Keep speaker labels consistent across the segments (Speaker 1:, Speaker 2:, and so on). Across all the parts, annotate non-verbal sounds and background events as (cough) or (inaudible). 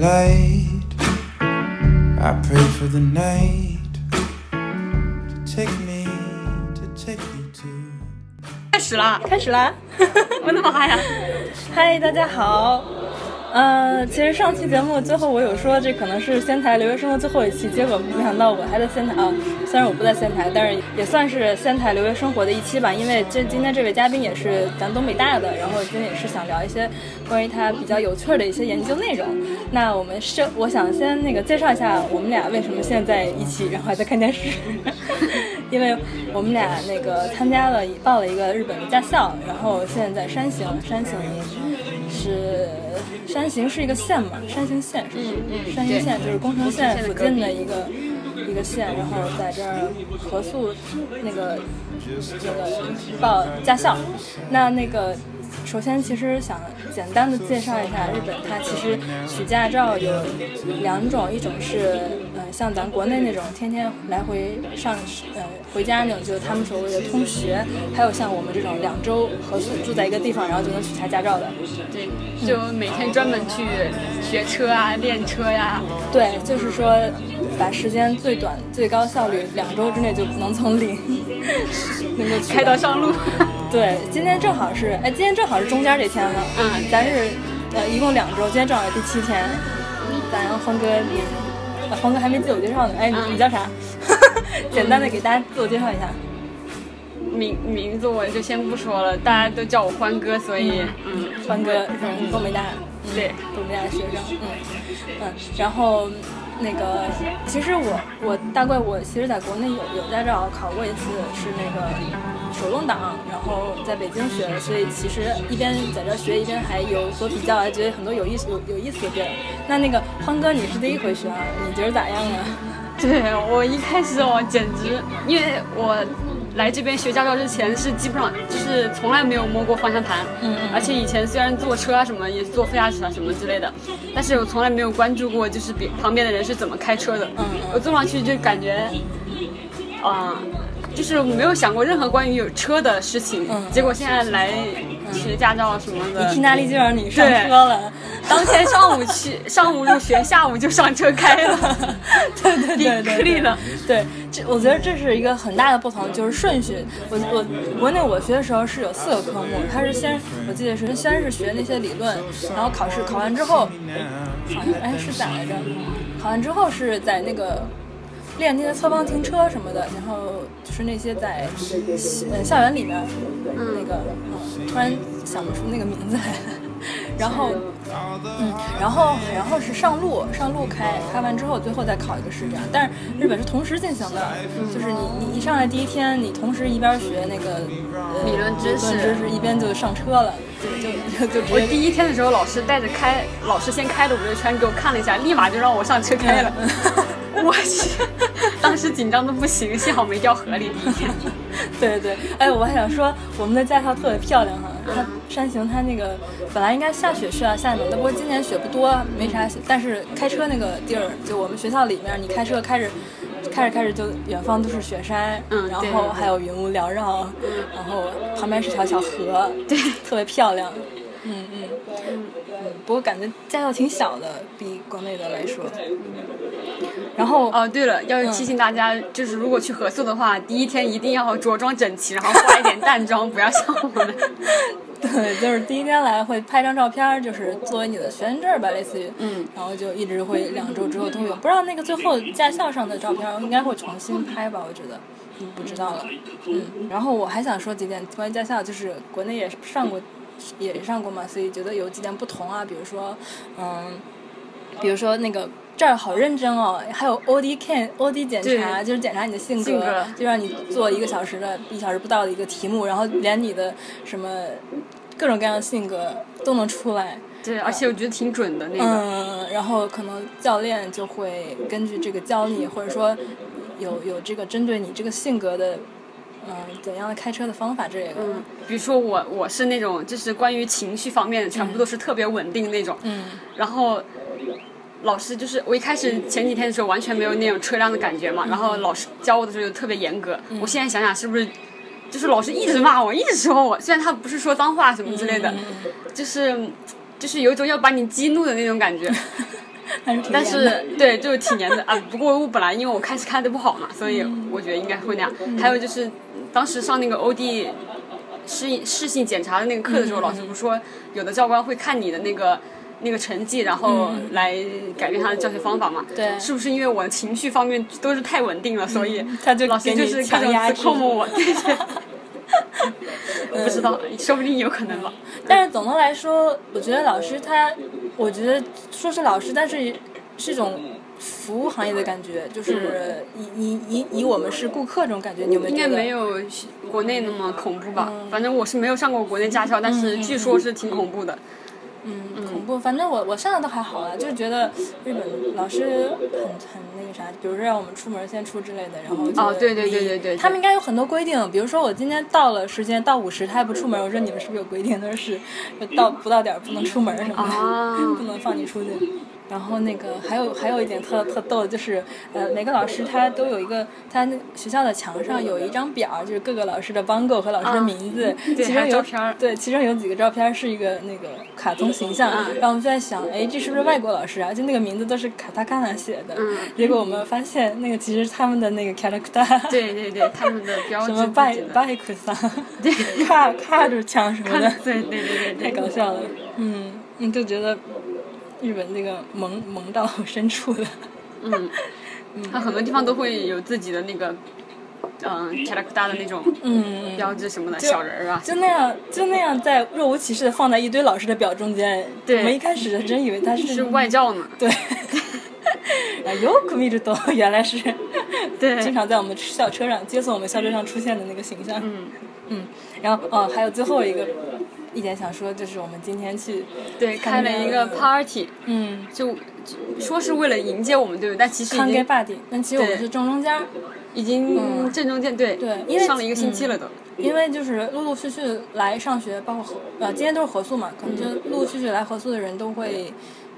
Speaker 1: light. I pray for the night to take me, to take me to.
Speaker 2: 开始啦！
Speaker 3: 开始啦！
Speaker 2: (laughs) 我那么嗨呀、啊
Speaker 3: 嗨，大家好。呃，其实上期节目最后我有说，这可能是仙台留学生活最后一期，结果没想到我还在仙台啊。虽然我不在仙台，但是也算是仙台留学生活的一期吧。因为这今天这位嘉宾也是咱东北大的，然后今天也是想聊一些关于他比较有趣儿的一些研究内容。那我们是我想先那个介绍一下我们俩为什么现在一起，然后还在看电视。 (laughs) 因为我们俩那个参加了报了一个日本的驾校，然后现在在山形，山形是山形是一个县嘛，山形县是不是？
Speaker 2: 嗯嗯
Speaker 3: 山形县
Speaker 2: 对
Speaker 3: 就是宫城县附近的一个一个县，然后在这儿合宿那个那个报驾校，那那个。首先，其实想简单的介绍一下日本，它其实取驾照有两种，一种是嗯、呃像咱国内那种天天来回上呃回家那种，就是他们所谓的通学，还有像我们这种两周合宿住在一个地方，然后就能取下驾照的。
Speaker 2: 对，就每天专门去学车啊、练车呀、
Speaker 3: 对，就是说把时间最短、最高效率，两周之内就能从
Speaker 2: (laughs)
Speaker 3: 零能够取
Speaker 2: 开到上路。
Speaker 3: 对，今天正好是，哎，今天正好是中间这天了。
Speaker 2: 嗯
Speaker 3: 咱是呃一共两周，今天正好是第七天。咱黄哥你，呃黄哥还没自我介绍呢，哎，你
Speaker 2: 嗯
Speaker 3: 你叫啥？ (laughs) 简单的给大家自我介绍一下。
Speaker 2: (laughs) 名名字我就先不说了，大家都叫我欢哥，所以嗯，
Speaker 3: 欢哥，嗯，东北大，
Speaker 2: 对，
Speaker 3: 东北大学生，嗯嗯，然后那个，其实我我大概我其实在国内有有驾照考过一次，是那个手动挡，然后在北京学，所以其实一边在这学一边还有所比较，还觉得很多有意思有有意思的地儿。那那个欢哥，你是第一回学啊，你觉得咋
Speaker 2: (laughs)
Speaker 3: 样啊？
Speaker 2: 对我一开始我简直，因为我来这边学驾照之前是基本上就是从来没有摸过方向盘，
Speaker 3: 嗯嗯
Speaker 2: 而且以前虽然坐车啊什么也是坐副驾驶啊什么之类的，但是我从来没有关注过就是别旁边的人是怎么开车的，
Speaker 3: 嗯
Speaker 2: 我坐上去就感觉，啊、就是没有想过任何关于有车的事情，
Speaker 3: 嗯
Speaker 2: 结果现在来学驾照什么的，
Speaker 3: 你听大力就让你上车了， (laughs)
Speaker 2: 当天上午去，上午入学，下午就上车开了，
Speaker 3: 对对 (laughs) 对对
Speaker 2: (laughs) 比克利了。
Speaker 3: 对，这我觉得这是一个很大的不同，就是顺序。我我国内我学的时候是有四个科目，它是先我记得是先是学那些理论，然后考试考完之后，好像哎是咋来着？考完之后是在那个练那些侧方停车什么的，然后就是那些在呃校园里面那个，嗯，突然想不出那个名字来了。然后，嗯，然后然后是上路，上路开，开完之后最后再考一个试这样。但是日本是同时进行的，
Speaker 2: 嗯
Speaker 3: 就是你你一上来第一天，你同时一边学那个、呃、
Speaker 2: 理论知识
Speaker 3: 理论知识一边就上车了，就就就
Speaker 2: 我
Speaker 3: 直接
Speaker 2: 第一天的时候，老师带着开，老师先开着我的圈给我看了一下，立马就让我上车开了。 (laughs) 我去，当时紧张的不行，幸好没掉河里。第一天，
Speaker 3: (laughs) 对对，哎，我还想说，我们的驾校特别漂亮哈、它
Speaker 2: 嗯
Speaker 3: 山形它那个本来应该下雪是要下的，不过今年雪不多，没啥雪。但是开车那个地儿，就我们学校里面，你开车开着。开着开着就远方都是雪山，
Speaker 2: 嗯
Speaker 3: 然
Speaker 2: 对对
Speaker 3: 后
Speaker 2: 对嗯
Speaker 3: 还有云雾缭绕，然后旁边是条小河，对，特别漂
Speaker 2: (laughs)
Speaker 3: 亮，嗯嗯嗯，不过感觉驾校挺小的，比国内的来说。然后
Speaker 2: (laughs) 哦，对了，要提醒大家，就是如果去合宿的话，第一天一定要着装整齐，然后化一点淡妆，不要像我 (laughs) 们。
Speaker 3: (laughs) 对，就是第一天来会拍张照片儿，就是作为你的学生证儿吧，类似于，嗯，然后就一直会两周之后都有，不知道那个最后驾校上的照片儿应该会重新拍吧，我觉得，嗯，不知道了，嗯，然后我还想说几点关于驾校，就是国内也上过，也上过嘛，所以觉得有几点不同啊，比如说，嗯，比如说那个。这儿好认真哦，还有 O D K O D 检查，
Speaker 2: 对
Speaker 3: 就是检查你的性格，
Speaker 2: 性格
Speaker 3: 就让你做一个小时的、一小时不到的一个题目，然后连你的什么各种各样的性格都能出来。
Speaker 2: 对，而且我觉得挺准的那个。
Speaker 3: 嗯，然后可能教练就会根据这个教你，或者说有有这个针对你这个性格的，嗯，怎样的开车的方法之类的。
Speaker 2: 嗯，比如说我我是那种就是关于情绪方面的，全部都是特别稳定那种。
Speaker 3: 嗯
Speaker 2: 然后老师就是我一开始前几天的时候完全没有那种车辆的感觉嘛，然后老师教我的时候就特别严格。我现在想想是不是就是老师一直骂我，一直说我，虽然他不是说脏话什么之类的，就是就是有一种要把你激怒的那种感觉。
Speaker 3: 还是挺
Speaker 2: 但
Speaker 3: 严的
Speaker 2: 是对，就是挺黏的啊。不过我本来因为我看戏看的不好嘛，所以
Speaker 3: 嗯
Speaker 2: 我觉得应该会那样。还有就是当时上那个欧弟适适性检查的那个课的
Speaker 3: 嗯
Speaker 2: 时候，老师不是说有的教官会看你的那个。那个成绩，然后来改变他的教学方法嘛？
Speaker 3: 嗯对嗯
Speaker 2: 是不是因为我情绪方面都是太稳定了，所以
Speaker 3: 他就
Speaker 2: 老师
Speaker 3: 给
Speaker 2: 就
Speaker 3: 你
Speaker 2: 是各
Speaker 3: 强
Speaker 2: 种
Speaker 3: 压
Speaker 2: 自
Speaker 3: 制
Speaker 2: 控我？对对， (laughs) 我不知道，
Speaker 3: 嗯
Speaker 2: 说不定有可能吧。
Speaker 3: 但是总的来说，我觉得老师他，我觉得说是老师，但是是一种服务行业的感觉，就是以以以以我们是顾客这种感觉，你有没有
Speaker 2: 嗯应
Speaker 3: 觉
Speaker 2: 该
Speaker 3: 得？
Speaker 2: 没有国内那么恐怖吧？反正我是没有上过国内驾校，但是据说是挺恐怖的。
Speaker 3: 嗯，恐怖。反正我我上的都还好啦，就是觉得日本老师很很那个啥，比如说让我们出门先出之类的，然后就
Speaker 2: 哦对对对
Speaker 3: 你
Speaker 2: 对对
Speaker 3: 他们应该有很多规定，比如说我今天到了时间到五十，他还不出门，我说你们是不是有规定？他说是，就到不到点儿不能出门什么的。
Speaker 2: 啊，
Speaker 3: (laughs) 不能放你出去。然后那个还有还有一点特特逗的就是，呃，每个老师他都有一个，他那学校的墙上有一张表，就是各个老师的 bongo 和老师的名字，
Speaker 2: 啊对
Speaker 3: 其
Speaker 2: 还
Speaker 3: 中
Speaker 2: 有
Speaker 3: 有
Speaker 2: 照片儿
Speaker 3: 对，其中有几个照片是一个那个卡通形象，
Speaker 2: 嗯
Speaker 3: 然后我们就在想，哎，这是不是外国老师啊？就那个名字都是卡塔卡纳写的，
Speaker 2: 嗯
Speaker 3: 结果我们发现那个其实是他们的那个卡塔卡纳，
Speaker 2: (laughs) (laughs) 对对对，他们的标
Speaker 3: 什
Speaker 2: 志
Speaker 3: 么
Speaker 2: 自
Speaker 3: 拜
Speaker 2: 己的，
Speaker 3: 拜克
Speaker 2: (laughs)
Speaker 3: 桑，卡卡住枪什么的，
Speaker 2: 对对对对
Speaker 3: 太
Speaker 2: 对，
Speaker 3: 搞笑了。嗯，你就觉得日本这个萌萌到深处了。
Speaker 2: 它很多地方都会有自己的那个，嗯，卡拉库达的那种
Speaker 3: 嗯，
Speaker 2: 标志什么的小人儿啊。
Speaker 3: 就那样就那样在若无其事的放在一堆老师的表中间。
Speaker 2: 对
Speaker 3: 我们一开始还真以为他是
Speaker 2: 是外教呢，
Speaker 3: 对。 (laughs) 啊，有可米之多， (laughs) 原来是
Speaker 2: 对
Speaker 3: 经常在我们校车上接送我们校车上出现的那个形象。嗯嗯，然后哦，还有最后一个一点想说，就是我们今天去
Speaker 2: 对，开了一个 party，
Speaker 3: 嗯
Speaker 2: 就就说是为了迎接我们，对不对？但其实已
Speaker 3: 康给
Speaker 2: 经
Speaker 3: body，但其实我们
Speaker 2: 对
Speaker 3: 是正中间儿，
Speaker 2: 已经正中间嗯对嗯
Speaker 3: 对因为
Speaker 2: 上了一个星期了都。
Speaker 3: 因为就是陆陆续续来上学，包括合呃，今天都是合宿嘛，可能就
Speaker 2: 嗯
Speaker 3: 陆陆续续来合宿的人都会。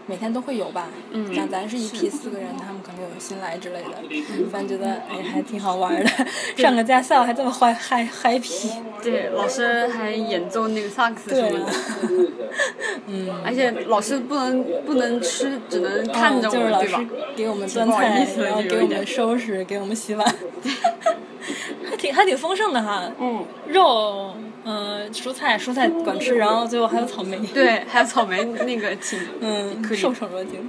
Speaker 3: 每天都会有吧，嗯咱咱是一批四个人，他们可能有新来之类的，
Speaker 2: 嗯
Speaker 3: 反正觉得哎还挺好玩的， (laughs) 上个驾校还这么欢嗨嗨皮，
Speaker 2: 对，老师还演奏那个萨克斯什
Speaker 3: (laughs) 对嗯
Speaker 2: 么
Speaker 3: 啊
Speaker 2: 的。，而且老师不能不能吃，只能看着
Speaker 3: 哦
Speaker 2: 我
Speaker 3: 就是
Speaker 2: 们，
Speaker 3: 老
Speaker 2: 对
Speaker 3: 师
Speaker 2: 吧？
Speaker 3: 给我们端
Speaker 2: 挺不好
Speaker 3: 菜
Speaker 2: 意，思的
Speaker 3: 然后
Speaker 2: 就
Speaker 3: 给
Speaker 2: 有
Speaker 3: 我
Speaker 2: 一点
Speaker 3: 们收拾，给我们洗碗，还挺还挺丰盛的哈，
Speaker 2: 嗯，
Speaker 3: 肉，嗯，蔬菜蔬菜管吃，然后最后还有草莓，
Speaker 2: 对，还有草莓那个挺，
Speaker 3: 嗯，
Speaker 2: 可以
Speaker 3: 受宠若惊。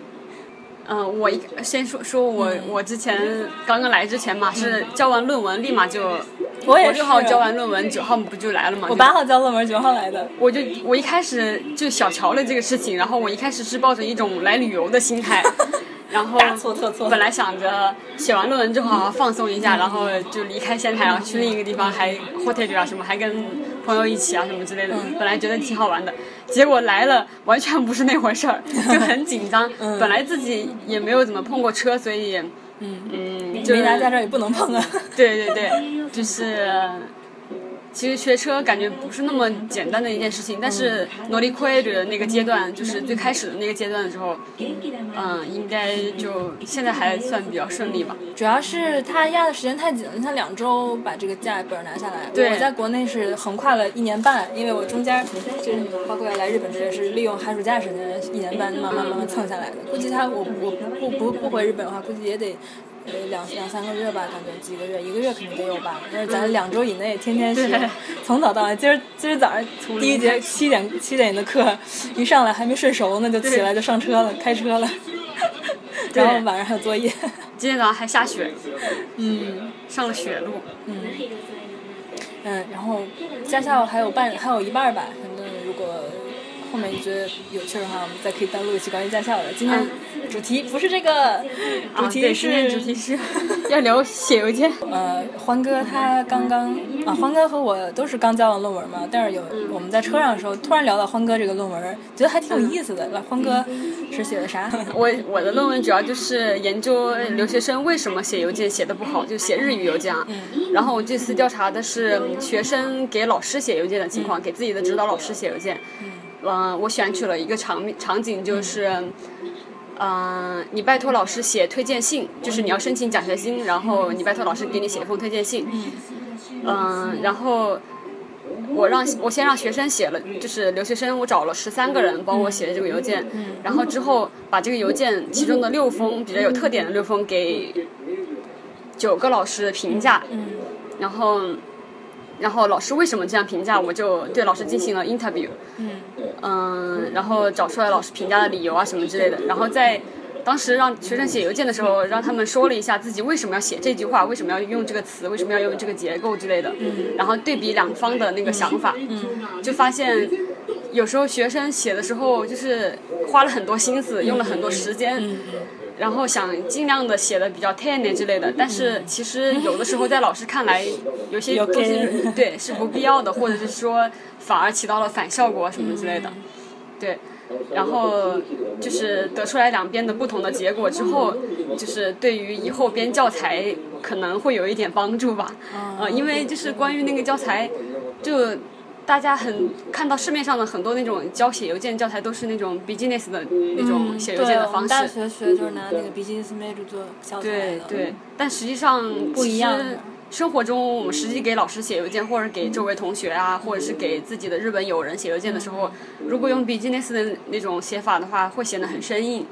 Speaker 2: 嗯，我一先说说我
Speaker 3: 嗯
Speaker 2: 我之前刚刚来之前嘛，是交完论文立马就，
Speaker 3: 我也
Speaker 2: 六号
Speaker 3: 是
Speaker 2: 交完论文，九号不就来了嘛？
Speaker 3: 我八号交论文，九号来的。
Speaker 2: 我就我一开始就小瞧了这个事情，然后我一开始是抱着一种来旅游的心
Speaker 3: (laughs)
Speaker 2: 态，然后
Speaker 3: 大错特错
Speaker 2: 本来想着写完论文之后好好放松一下，然后就离开仙台，然后去另一个地方还 hotel 啊什么，还跟朋友一起啊什么之类的，
Speaker 3: 嗯
Speaker 2: 本来觉得挺好玩的，结果来了完全不是那
Speaker 3: (laughs)
Speaker 2: 回事儿，就很紧张。
Speaker 3: 嗯
Speaker 2: 本来自己也没有怎么碰过车，所以嗯，就
Speaker 3: 没拿驾照也不能碰啊。
Speaker 2: 对对对，就是其实学车感觉不是那么简单的一件事情，但是努力亏的那个阶段，就是最开始的那个阶段的时候，嗯，应该就现在还算比较顺利吧。
Speaker 3: 主要是他压的时间太紧了，他两周把这个驾本拿下来。
Speaker 2: 对
Speaker 3: 我在国内是横跨了一年半，因为我中间就是包括要来日本这也是利用寒暑假时间一年半慢慢慢慢蹭下来的。估计他我我不不不回日本的话，估计也得。呃，两两三个月吧，感觉几个月，一个月肯定得有吧。但是咱两周以内天天学
Speaker 2: 对，
Speaker 3: 从早到晚。今儿今儿早上第一节七点七点的课，一上来还没睡熟呢，就起来就上车了，开车了。然后晚上还有作业。
Speaker 2: 今天早上还下雪，
Speaker 3: 嗯
Speaker 2: 上了雪路。
Speaker 3: 嗯，然后驾校还有半，还有一半儿吧。反正如果后面觉得有趣的话，我们再可以单录一期关于驾校的。今天主题不是这个，主
Speaker 2: 嗯啊，对，
Speaker 3: 题
Speaker 2: 今天
Speaker 3: 是
Speaker 2: 主题是要聊写邮件。
Speaker 3: 呃，欢哥他刚刚啊，欢哥和我都是刚交完论文嘛，但是有
Speaker 2: 嗯
Speaker 3: 我们在车上的时候突然聊到欢哥这个论文，觉得还挺有
Speaker 2: 嗯
Speaker 3: 意思的。那欢哥是写的啥？
Speaker 2: 我我的论文主要就是研究留学生为什么写邮件写的不好，就写日语邮件啊。然后我这次调查的是学生给老师写邮件的情况，给自己的指导老师写邮件。嗯、我选取了一个场面场景，就是，嗯、你拜托老师写推荐信，就是你要申请奖学呃金，然后你拜托老师给你写一封推荐信。嗯、然后我让我先让学生写了，就是留学生，我找了十三个人帮我写的这个邮件，然后之后把这个邮件其中的六封比较有特点的六封给九个老师评价，
Speaker 3: 嗯
Speaker 2: 然后。然后老师为什么这样评价，我就对老师进行了 interview，
Speaker 3: 嗯
Speaker 2: 嗯，然后找出来老师评价的理由啊什么之类的，然后在当时让学生写邮件的时候，让他们说了一下自己为什么要写这句话，为什么要用这个词，为什么要用这个结构之类的，然后对比两方的那个想法，嗯就发现。有时候学生写的时候，就是花了很多心思，用了很多时间，然后想尽量的写的比较 tiny 之类的，但是其实有的时候在老师看来，有些
Speaker 3: 有
Speaker 2: 东西
Speaker 3: 给
Speaker 2: 对是不必要的，或者是说反而起到了反效果什么 (laughs) 之类
Speaker 3: 嗯
Speaker 2: 的，对。然后就是得出来两边的不同的结果之后，就是对于以后编教材可能会有一点帮助吧。
Speaker 3: 嗯
Speaker 2: 呃，因为就是关于那个教材，就大家很看到市面上的很多那种教写邮件教材都是那种 business 的那种写
Speaker 3: 嗯
Speaker 2: 邮
Speaker 3: 对，
Speaker 2: 件的
Speaker 3: 我
Speaker 2: 方
Speaker 3: 们
Speaker 2: 式。
Speaker 3: 大学学就是拿那个 business major 做教材
Speaker 2: 对
Speaker 3: 的，
Speaker 2: 对，但实际上不
Speaker 3: 一样的
Speaker 2: 生活中，我们实际给老师写邮件，或者给周围同学啊，或者是给自己的日本友人写邮件的时候，如果用 business 的那种写法的话，会显得很生硬。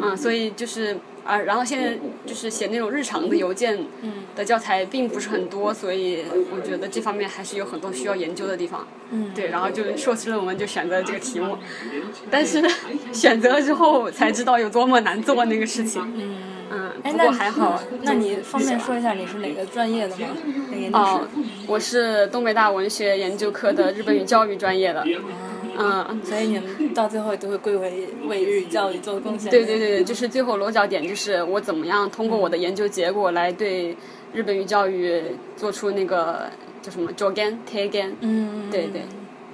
Speaker 2: 嗯，所以就是啊，然后现在就是写那种日常的邮件的教材并不是很多，所以我觉得这方面还是有很多需要研究的地方。
Speaker 3: 嗯，
Speaker 2: 对，然后就硕士论文就选择了这个题目，但是选择了之后才知道有多么难做那个事情。嗯
Speaker 3: 哎，
Speaker 2: 不
Speaker 3: 那嗯
Speaker 2: 过
Speaker 3: 你
Speaker 2: 还好。啊
Speaker 3: 那你方便说一下你是哪个专业的吗？哪个研究
Speaker 2: 哦
Speaker 3: 生？，
Speaker 2: 我是东北大文学研究科的日本语教育专业的。嗯，
Speaker 3: 所以你们到最后都会归为为日语教育做贡献。嗯
Speaker 2: 对对对对，就是最后落脚点就是我怎么样通过我的研究结果来对日本语教育做出那个叫什么 “jogan tagen”，
Speaker 3: 嗯，嗯，
Speaker 2: 对对，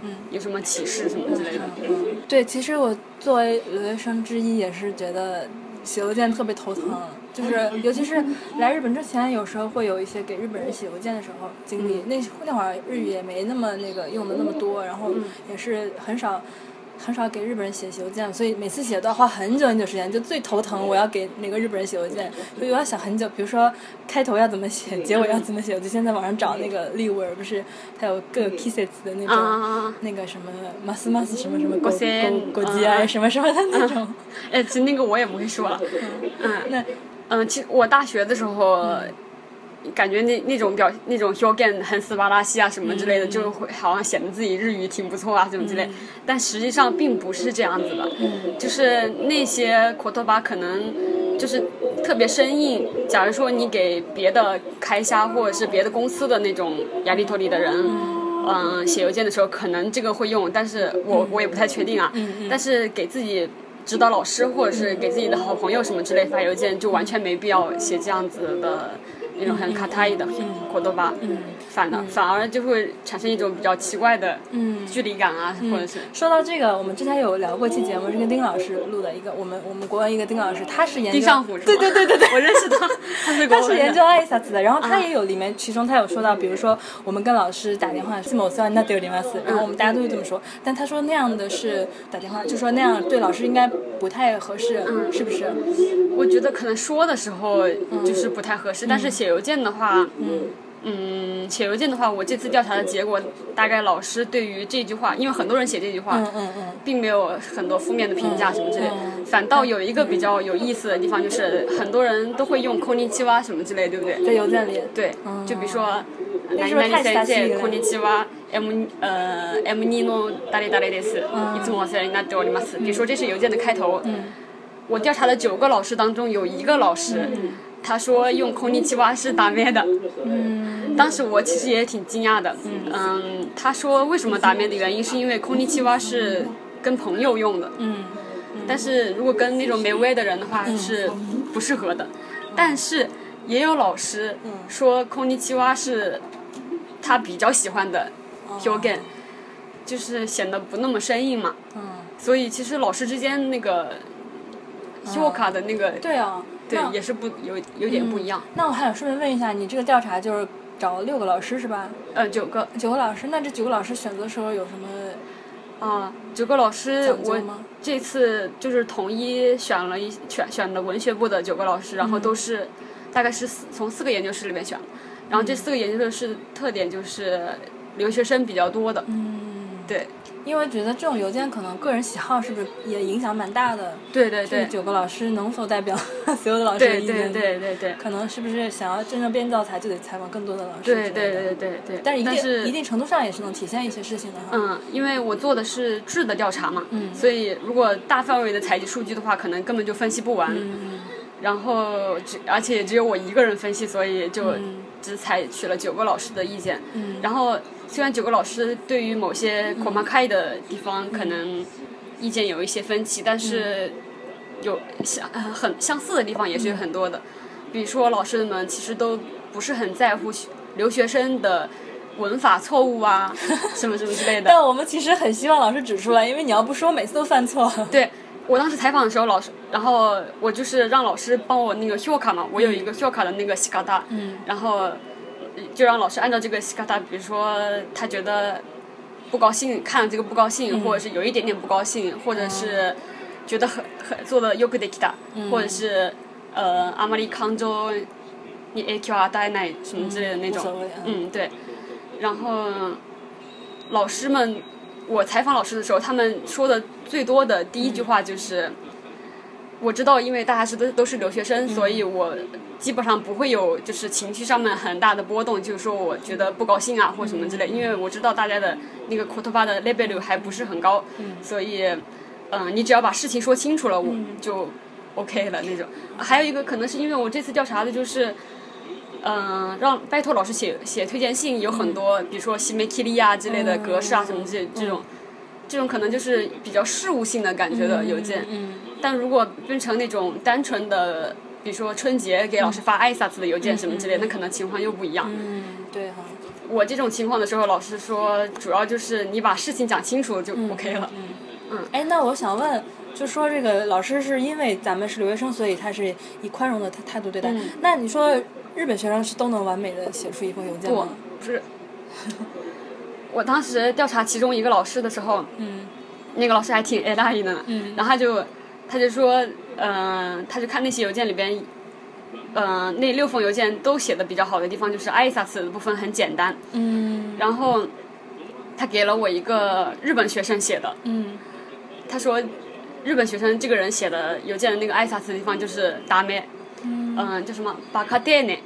Speaker 2: 嗯，有什么启示什么之类的。嗯
Speaker 3: 对，其实我作为留学生之一，也是觉得写邮件特别头疼，
Speaker 2: 嗯
Speaker 3: 就是尤其是来日本之前，有时候会有一些给日本人写邮件的时候经
Speaker 2: 嗯
Speaker 3: 历。那那会儿日语也没那么那个用的那么多，然
Speaker 2: 嗯
Speaker 3: 后也是很少。很少给日本人写写邮件，所以每次写都要花很久很久时间，就最头疼。我要给哪个日本人写邮件，所以我要想很久，比如说开头要怎么写，结尾要怎么写，我就先在网上找那个例文，不是它有各个 pieces 的那种、
Speaker 2: 嗯啊啊啊嗯
Speaker 3: 那个什么 mas mas 什么什么狗
Speaker 2: 5000
Speaker 3: 狗狗鸡啊
Speaker 2: 嗯
Speaker 3: 什么什么的那种。
Speaker 2: 哎，其实那个我也不会说了。
Speaker 3: (laughs) 那
Speaker 2: 嗯，其实我大学的时候，感觉那那种表那种 h o g a n 很斯巴拉西啊什么之类的，就会好像显得自己日语挺不错啊什么之类，但实际上并不是这样子的，就是那些 k o t o b a 可能就是特别生硬。假如说你给别的开销或者是别的公司的那种压力托里的人。嗯，写邮件的时候可能这个会用，但是我我也不太确定啊。但是给自己指导老师或者是给自己的好朋友什么之类发邮件，就完全没必要写这样子的那种很卡塔伊的活动吧。反的，反而就会产生一种比较奇怪的距离感啊，或者是
Speaker 3: 说到这个，我们之前有聊过一期节目，是跟丁老师录的一个，我们我们国文一个丁老师，他是研究
Speaker 2: 丁尚虎是吗？
Speaker 3: 对 (laughs) 对对对对，
Speaker 2: 我认识他，他是国
Speaker 3: 他
Speaker 2: 文
Speaker 3: 是
Speaker 2: 的
Speaker 3: 研究爱萨斯的，然后他也有里面，其中他有说到，比如说我们跟老师打电话，是某次那得有零八四，然后我们大家都会这么说，但他说那样的是打电话，就说那样对老师应该不太合适，是不是？
Speaker 2: 我觉得可能说的时候
Speaker 3: 嗯
Speaker 2: 就是不太合适，但是写邮件的话，嗯。写邮件的话，我这次调查的结果，大概老师对于这句话，因为很多人写这句话，
Speaker 3: 嗯嗯嗯
Speaker 2: 并没有很多负面的评价什么之类的，反倒有一个比较有意思的地方，就是很多人都会用空尼基哇什么之类，对不对？
Speaker 3: 在邮件里，
Speaker 2: 对，就比如说。
Speaker 3: 嗯那是不是太
Speaker 2: 何々先
Speaker 3: 久
Speaker 2: 生こんにちは。M 呃 M 2の誰々です。
Speaker 3: 嗯
Speaker 2: いつもお世話になっております。比如说这是邮件的开头。我调查了九个老师当中有一个老师，
Speaker 3: 嗯
Speaker 2: 他说用空尼奇蛙是打咩的。
Speaker 3: 嗯
Speaker 2: 当时我其实也挺惊讶的。嗯，他说为什么打咩的原因是因为空尼奇蛙是跟朋友用的。
Speaker 3: 嗯
Speaker 2: 但是如果跟那种没味的人的话是不适合的。但是也有老师嗯说空尼基蛙是他比较喜欢的 h o g a n 就是显得不那么生硬嘛。
Speaker 3: 嗯，
Speaker 2: 所以其实老师之间那个 h o k a 的那个
Speaker 3: 嗯对啊，
Speaker 2: 对
Speaker 3: 那
Speaker 2: 也是不有有点不一样。
Speaker 3: 那我还想顺便问一下，你这个调查就是找六个老师是吧？
Speaker 2: 呃，九个
Speaker 3: 九个老师，那这九个老师选择的时候有什么？
Speaker 2: 啊，九个老师
Speaker 3: 讲究
Speaker 2: 我
Speaker 3: 吗
Speaker 2: 这次就是统一选了一选选的文学部的九个老师，然
Speaker 3: 嗯
Speaker 2: 后都是、大概是四从四个研究室里面选，然后这四个研究室的特点就是留学生比较多的。
Speaker 3: 嗯
Speaker 2: 对
Speaker 3: 因为觉得这种邮件可能个人喜好是不是也影响蛮大的？
Speaker 2: 对对
Speaker 3: 这
Speaker 2: 对
Speaker 3: 九个老师能否代表 (laughs) 所有的老师的
Speaker 2: 对
Speaker 3: 意
Speaker 2: 对
Speaker 3: 见？
Speaker 2: 对对对
Speaker 3: 可能是不是想要真正变教材，就得采访更多的老师之类
Speaker 2: 对对
Speaker 3: 的？
Speaker 2: 对对对。
Speaker 3: 但是一定
Speaker 2: 是
Speaker 3: 一定程度上也是能体现一些事情的哈。
Speaker 2: 嗯，因为我做的是质的调查嘛，
Speaker 3: 嗯
Speaker 2: 所以如果大范围的采集数据的话，可能根本就分析不完。
Speaker 3: 嗯
Speaker 2: 然后只而且只有我一个人分析，所以就
Speaker 3: 嗯
Speaker 2: 只采取了九个老师的意见。
Speaker 3: 嗯
Speaker 2: 然后虽然九个老师对于某些口马开的地
Speaker 3: 嗯
Speaker 2: 方可能意见有一些分歧，但是有相呃很相似的地方也
Speaker 3: 嗯
Speaker 2: 是有很多的。比如说老师们其实都不是很在乎学留学生的文法错误啊，什么什么之类的。
Speaker 3: 但我们其实很希望老师指出来，因为你要不说，每次都犯错。
Speaker 2: 对我当时采访的时候，老师，然后我就是让老师帮我那个修卡嘛，我有一个修卡的那个西卡达，
Speaker 3: 嗯
Speaker 2: 然后呃就让老师按照这个西卡达，比如说他觉得不高兴，看了这个不高
Speaker 3: 嗯
Speaker 2: 兴，或者是有一点点不高兴，或者
Speaker 3: 哦
Speaker 2: 是觉得很很做的よくできた，或者是呃あまり感情に影響を与えない什么之类的那种
Speaker 3: 无所谓啊，
Speaker 2: 嗯对，然后老师们。我采访老师的时候，他们说的最多的第一句话就是：“
Speaker 3: 嗯
Speaker 2: 我知道，因为大家是都都是留学生，所以我基本上不会有就是情绪上面很大的波动，就是说我觉得不高兴啊或什么之类，
Speaker 3: 嗯
Speaker 2: 因为我知道大家的那个 k o t o b a 的 level 还不是很高，所以，嗯、你只要把事情说清楚了，我
Speaker 3: 嗯
Speaker 2: 就 OK 了那种。还有一个可能是因为我这次调查的就是。嗯，让拜托老师写写推荐信，有
Speaker 3: 嗯
Speaker 2: 很多，比如说西梅基利啊之类的格式啊什么这这种，这种可能就是比较事务性的感觉的邮件。
Speaker 3: 嗯嗯
Speaker 2: 但如果变成那种单纯的，比如说春节给老师发艾萨斯的邮件什么之类，那可能情况又不一样。
Speaker 3: 嗯，对哈。
Speaker 2: 我这种情况的时候，老师说主要就是你把事情讲清楚就
Speaker 3: 嗯
Speaker 2: OK 了。嗯
Speaker 3: 哎，那我想问，就说这个老师是因为咱们是留学生，所以他是以宽容的态态度对待。
Speaker 2: 嗯
Speaker 3: 那你说日本学生是都能完美的写出一封邮件
Speaker 2: 我
Speaker 3: 吗？
Speaker 2: 不是，我当时调查其中一个老师的时候，
Speaker 3: 嗯
Speaker 2: 那个老师还挺爱大意的呢，
Speaker 3: 嗯
Speaker 2: 然后他就他就说，嗯、他就看那些邮件里边，嗯、那六封邮件都写的比较好的地方就是艾萨斯的部分很简单，
Speaker 3: 嗯
Speaker 2: 然后他给了我一个日本学生写的，
Speaker 3: 嗯
Speaker 2: 他说日本学生这个人写的邮件的那个挨萨斯的地方就是达咩，嗯、叫什么巴卡蒂内，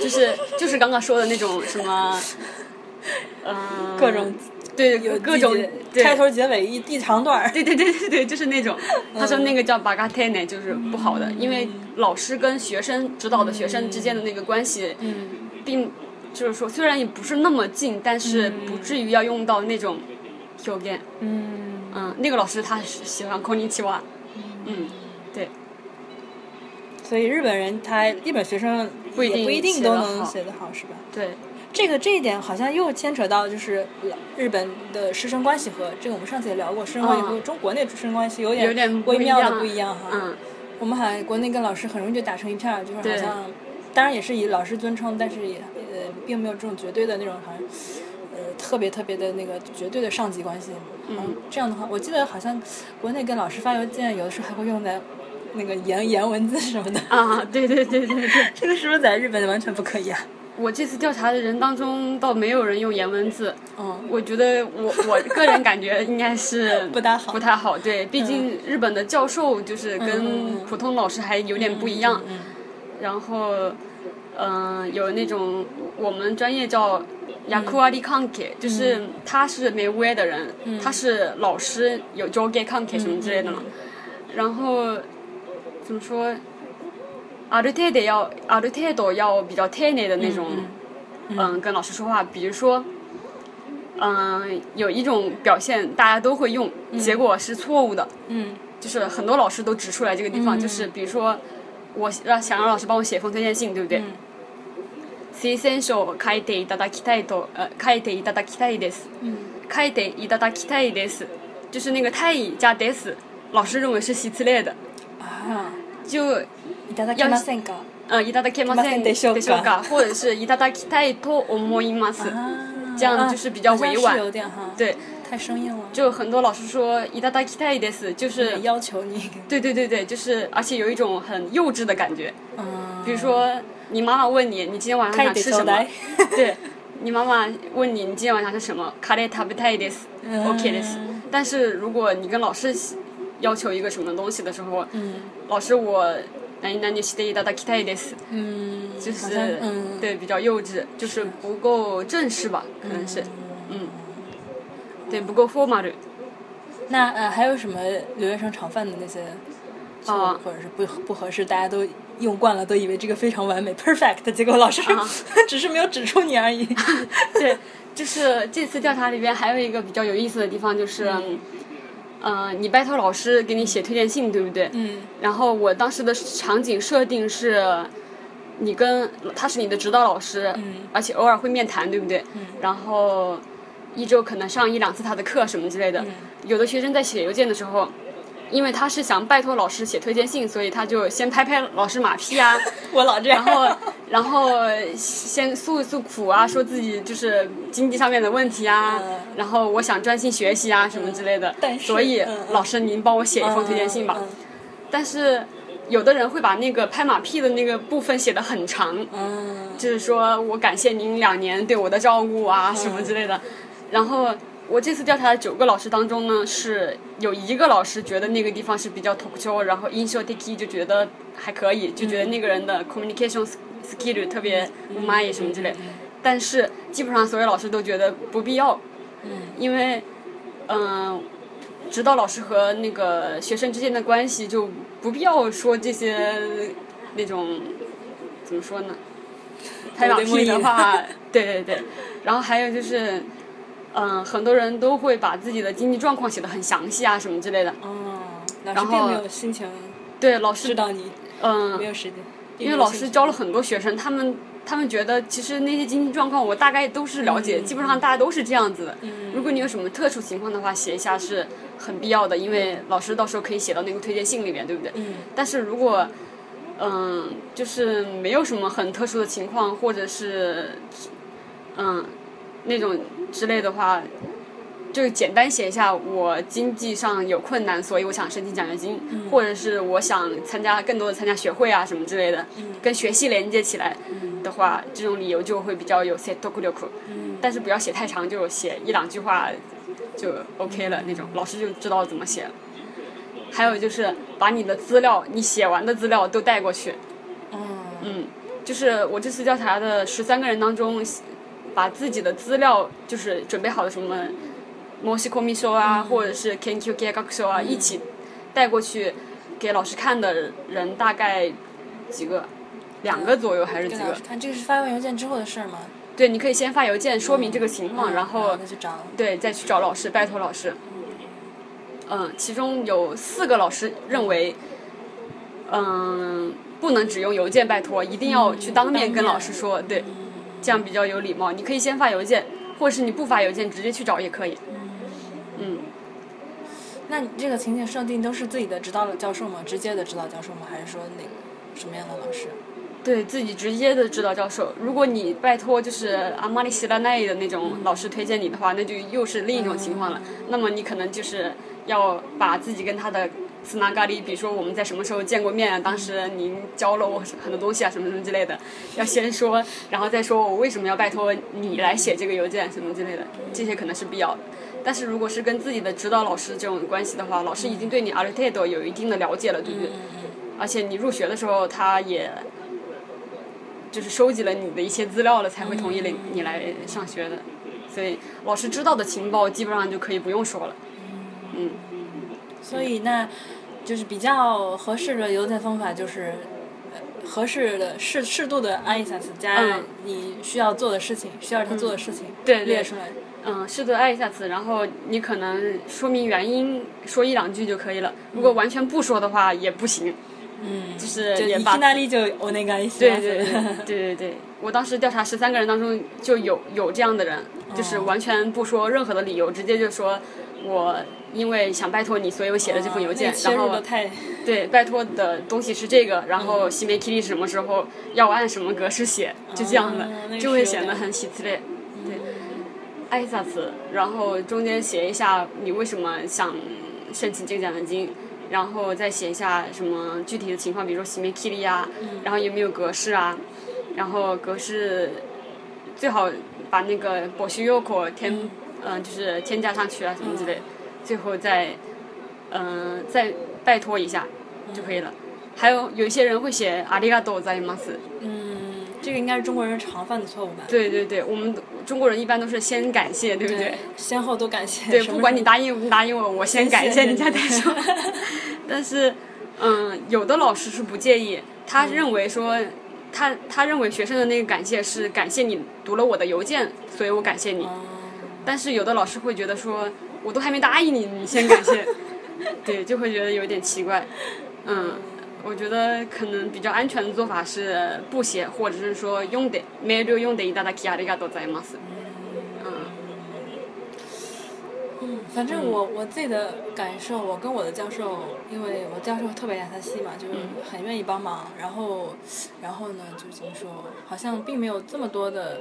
Speaker 2: 就是就是刚刚说的那种什么，嗯、
Speaker 3: (laughs) 各种
Speaker 2: 对
Speaker 3: 有
Speaker 2: 各种
Speaker 3: 季节
Speaker 2: 对
Speaker 3: 开头结尾一一长段儿。
Speaker 2: 对对对对对，就是那种，
Speaker 3: 嗯
Speaker 2: 他说那个叫巴嘎泰内，就是不好的，因为老师跟学生指导的学生之间的那个关系，
Speaker 3: 嗯
Speaker 2: 并就是说虽然也不是那么近，但是不至于要用到那种表现。
Speaker 3: 嗯
Speaker 2: 嗯，那个老师他是喜欢空尼奇瓦，嗯，对，
Speaker 3: 所以日本人他日本学生
Speaker 2: 不一
Speaker 3: 也
Speaker 2: 定
Speaker 3: 不一定
Speaker 2: 写
Speaker 3: 都
Speaker 2: 得
Speaker 3: 能
Speaker 2: 好
Speaker 3: 写得好，是吧？
Speaker 2: 对，
Speaker 3: 这个这一点好像又牵扯到就是日本的师生关系和这个我们上次也聊过，师生关系和
Speaker 2: 嗯
Speaker 3: 中国内师生关系有
Speaker 2: 有点不
Speaker 3: 微
Speaker 2: 一
Speaker 3: 妙的
Speaker 2: 样
Speaker 3: 不一样哈。
Speaker 2: 嗯，
Speaker 3: 我们好像国内跟老师很容易就打成一片儿，就是好
Speaker 2: 对
Speaker 3: 像，当然也是以老师尊称，但是也呃并没有这种绝对的那种好像，呃特别特别的那个绝对的上级关系。嗯，这样的话，我记得好像国内跟老师发邮件，有的时候还会用在那个颜颜文字什么的。
Speaker 2: 啊，对对对对对，
Speaker 3: 这个是不是在日本完全不可以啊？
Speaker 2: 我这次调查的人当中倒没有人用颜文字，
Speaker 3: 嗯，
Speaker 2: 我觉得我我个人感觉应该
Speaker 3: (laughs)
Speaker 2: 是
Speaker 3: 不大好嗯
Speaker 2: 不太好。对，毕竟日本的教授就是
Speaker 3: 嗯嗯
Speaker 2: 跟
Speaker 3: 嗯
Speaker 2: 普通老师还有点不一样。然后，嗯、有那种我们专业叫
Speaker 3: 嗯
Speaker 2: 雅库阿利康给，就是他是美乌耶的人，
Speaker 3: 嗯
Speaker 2: 他是老师，有 j o g e 康给什么之类的嘛。然后怎么说？啊ある程度要ある程度要比较贴内的那种，嗯跟老师说话，比如说，嗯、有一种表现大家都会用，结果是错误的，
Speaker 3: 嗯
Speaker 2: 就是很多老师都指出来这个地方，就是比如说，我让想让老师帮我写封推荐信，对不对？
Speaker 3: 嗯
Speaker 2: 推薦書を書いていただきたいと，呃，書いていただきたいです。
Speaker 3: 嗯
Speaker 2: 書いていただきたいです，就是那个太乙加 des，老师认为是喜字类的，
Speaker 3: 啊，
Speaker 2: 就
Speaker 3: いただけませんか？
Speaker 2: 呃，いただけません
Speaker 3: でしょうか
Speaker 2: 或者是いただきたいと思います。
Speaker 3: 啊，
Speaker 2: 这样就是比较
Speaker 3: 啊好像
Speaker 2: 委婉
Speaker 3: 是有点哈，，
Speaker 2: 对，
Speaker 3: 太生硬了，
Speaker 2: 就很多老师说いただきたいです，就是
Speaker 3: 要求你，
Speaker 2: 对对对对，就是而且有一种很幼稚的感觉。
Speaker 3: 嗯，
Speaker 2: 比如说，你妈妈问你，你今天晚上
Speaker 3: 开
Speaker 2: 想
Speaker 3: 得
Speaker 2: 吃
Speaker 3: 招
Speaker 2: 什么
Speaker 3: 待？
Speaker 2: 对，你妈妈问你你今天晚上吃什么卡列塔贝泰です
Speaker 3: 嗯
Speaker 2: OK です。但是如果你跟老师要求一个什么东西的时候，
Speaker 3: 嗯
Speaker 2: 老师我何々していただきたいです，
Speaker 3: 嗯，
Speaker 2: 就
Speaker 3: 好
Speaker 2: 是
Speaker 3: 像嗯，
Speaker 2: 对比较幼稚，就是不够正式吧，可能是，嗯，对不够 formal。
Speaker 3: 那呃，还有什么留学生常犯的那些错误，
Speaker 2: 啊
Speaker 3: 或者是不不合适，大家都用惯了，都以为这个非常完美 perfect，结果老师、
Speaker 2: 啊
Speaker 3: (laughs) 只是没有指出你而
Speaker 2: (laughs)
Speaker 3: 已。
Speaker 2: 对，就是这次调查里边还有一个比较有意思的地方就是，嗯、呃，你拜托老师给你写推荐信，对不对？
Speaker 3: 嗯。
Speaker 2: 然后我当时的场景设定是，你跟他是你的指导老师，
Speaker 3: 嗯
Speaker 2: 而且偶尔会面谈，对不对？嗯、然后一周可能上一两次他的课什么之类
Speaker 3: 嗯
Speaker 2: 的。有的学生在写邮件的时候。因为他是想拜托老师写推荐信，所以他就先拍拍老师马
Speaker 3: (laughs)
Speaker 2: 屁啊，
Speaker 3: 我老这样，
Speaker 2: 然后然后先诉一诉苦啊，说自己就是经济上面的问题啊，
Speaker 3: 嗯
Speaker 2: 然后我想专心学习啊什么之类的。
Speaker 3: 但是
Speaker 2: 所以、
Speaker 3: 嗯嗯
Speaker 2: 老师您帮我写一封推荐信吧。
Speaker 3: 嗯
Speaker 2: 但是有的人会把那个拍马屁的那个部分写的很长，
Speaker 3: 嗯，
Speaker 2: 就是说我感谢您两年对我的照顾啊什么之类的。然后我这次调查的九个老师当中呢，是有一个老师觉得那个地方是比较特殊，然后 i n s h o t i k i 就觉得还可以，就
Speaker 3: 嗯
Speaker 2: 觉得那个人的 communication skill 特别うまい什么之类。但是基本上所有老师都觉得不必要，因为嗯、指导老师和那个学生之间的关系就不必要说这些那种怎么说呢？拍马屁的话，对对对。然后还有就是，嗯、很多人都会把自己的经济状况写的很详细啊，什么之类的。
Speaker 3: 哦，老师
Speaker 2: 然后
Speaker 3: 并没有心情
Speaker 2: 对，老
Speaker 3: 知
Speaker 2: 师，
Speaker 3: 道你
Speaker 2: 嗯、
Speaker 3: 没有时间，
Speaker 2: 因为老师教了很多学生，他们他们觉得其实那些经济状况我大概都是了解，基本上大家都是这样子的。如果你有什么特殊情况的话，写一下是很必要的，因为老师到时候可以写到那个推荐信里面，对不对？
Speaker 3: 嗯
Speaker 2: 但是如果嗯，就是没有什么很特殊的情况，或者是嗯那种之类的话，就简单写一下我经济上有困难，所以我想申请奖学金，或者是我想参加更多的参加学会啊什么之类的，跟学习连接起来
Speaker 3: 嗯
Speaker 2: 的话，这种理由就会比较有 set o k u 但是不要写太长，就写一两句话就 OK 了那种，老师就知道怎么写了。还有就是把你的资料，你写完的资料都带过去，
Speaker 3: 嗯
Speaker 2: 嗯，就是我这次调查的十三个人当中，把自己的资料就是准备好的什么模式 c o m m i s 啊，
Speaker 3: 嗯
Speaker 2: 或者是 can q g a k s 啊，一起带过去给老师看的人大概几个，两个左右还是几
Speaker 3: 给老
Speaker 2: 个
Speaker 3: 师？看，这个是发完邮件之后的事儿吗？
Speaker 2: 对，你可以先发邮件说明这个情况，然后
Speaker 3: 那就找
Speaker 2: 对再去找老师，拜托老师。嗯，其中有四个老师认为，嗯，不能只用邮件拜托，一定要去当面
Speaker 3: 当面
Speaker 2: 跟老师说，对，这样比较有礼貌。你可以先发邮件，或者是你不发邮件直接去找也可以。嗯，
Speaker 3: 那你这个情景设定都是自己的指导教授吗？直接的指导教授吗？还是说哪个什么样的老师？
Speaker 2: 对自己直接的指导教授，如果你拜托就是阿玛尼希拉奈的那种老师推荐你的话，那就又是另一种情况了。那么你可能就是要把自己跟他的斯南咖喱，比如说我们在什么时候见过面啊，当时您教了我很多东西啊，什么什么之类的，要先说，然后再说我为什么要拜托你来写这个邮件什么之类的，这些可能是必要的。但是如果是跟自己的指导老师这种关系的话，老师已经对你阿 r 泰德有一定的了解了，对不对？而且你入学的时候，他也就是收集了你的一些资料了，才会同意了你来上学的。所以老师知道的情报，基本上就可以不用说了。嗯，
Speaker 3: 所以那就是比较合适的邮件方法就是。呃合适的适适度的按一下词，加
Speaker 2: 嗯
Speaker 3: 你需要做的事情，需要他做的事情，
Speaker 2: 对对
Speaker 3: 列出来。
Speaker 2: 嗯，适度爱一下词，然后你可能说明原因，说一两句就可以了。如果完全不说的话也不行，
Speaker 3: 嗯，
Speaker 2: 就是
Speaker 3: 就
Speaker 2: 也
Speaker 3: 一
Speaker 2: 把
Speaker 3: 去那里就我那个一起。
Speaker 2: 对对对
Speaker 3: (laughs)
Speaker 2: 对对对，我当时调查十三个人当中就有有这样的人，
Speaker 3: 哦
Speaker 2: 就是完全不说任何的理由，直接就说我因为想拜托你，所以我写了这封邮件，
Speaker 3: 啊哦那切
Speaker 2: 然
Speaker 3: 入
Speaker 2: 后
Speaker 3: 的太
Speaker 2: 对，拜托的东西是这个，然后西梅 kitty 什么时候要按什么格式写，就这样的，
Speaker 3: 哦那个
Speaker 2: 就
Speaker 3: 是有
Speaker 2: 会
Speaker 3: 嗯
Speaker 2: 显得
Speaker 3: 点
Speaker 2: 很喜字类。对，挨下词，然后中间写一下你为什么想申请这个奖学金，然后再写一下什么具体的情况，比如说西梅 kitty
Speaker 3: 嗯
Speaker 2: 呀，然后有没有格式啊，然后格式最好。把那个博西优口添，嗯、就是添加上去啊什么
Speaker 3: 哦
Speaker 2: 之类的，最后再，嗯、再拜托一下就可以了。还有有一些人会写阿里嘎多在马斯，
Speaker 3: 嗯，这个应该是中国人常犯的错误吧？
Speaker 2: 对对对，我们中国人一般都是先感谢，对不对？
Speaker 3: 先后都感谢。
Speaker 2: 对，
Speaker 3: 什么
Speaker 2: 不管
Speaker 3: 什
Speaker 2: 你
Speaker 3: 么
Speaker 2: 答应不答应我，我先感谢你再再 (laughs) 说。
Speaker 3: (laughs)
Speaker 2: 但是，嗯，有的老师是不介意，他认为说，他他认为学生的那个感谢是感谢你读了我的邮件，所以我感谢你。但是有的老师会觉得说，我都还没答应你，你先
Speaker 3: (laughs)
Speaker 2: 感谢，对，就会觉得有点奇怪。嗯，我觉得可能比较安全的做法是不写，或者是说用でメールを読んでいただきありがとうございます。
Speaker 3: 反
Speaker 2: 嗯
Speaker 3: 正我我自己的感受，我跟我的教授，因为我教授特别爱他系嘛，
Speaker 2: 嗯
Speaker 3: 就是很愿意帮忙。然后，然后呢，就是怎么说，好像并没有这么多的，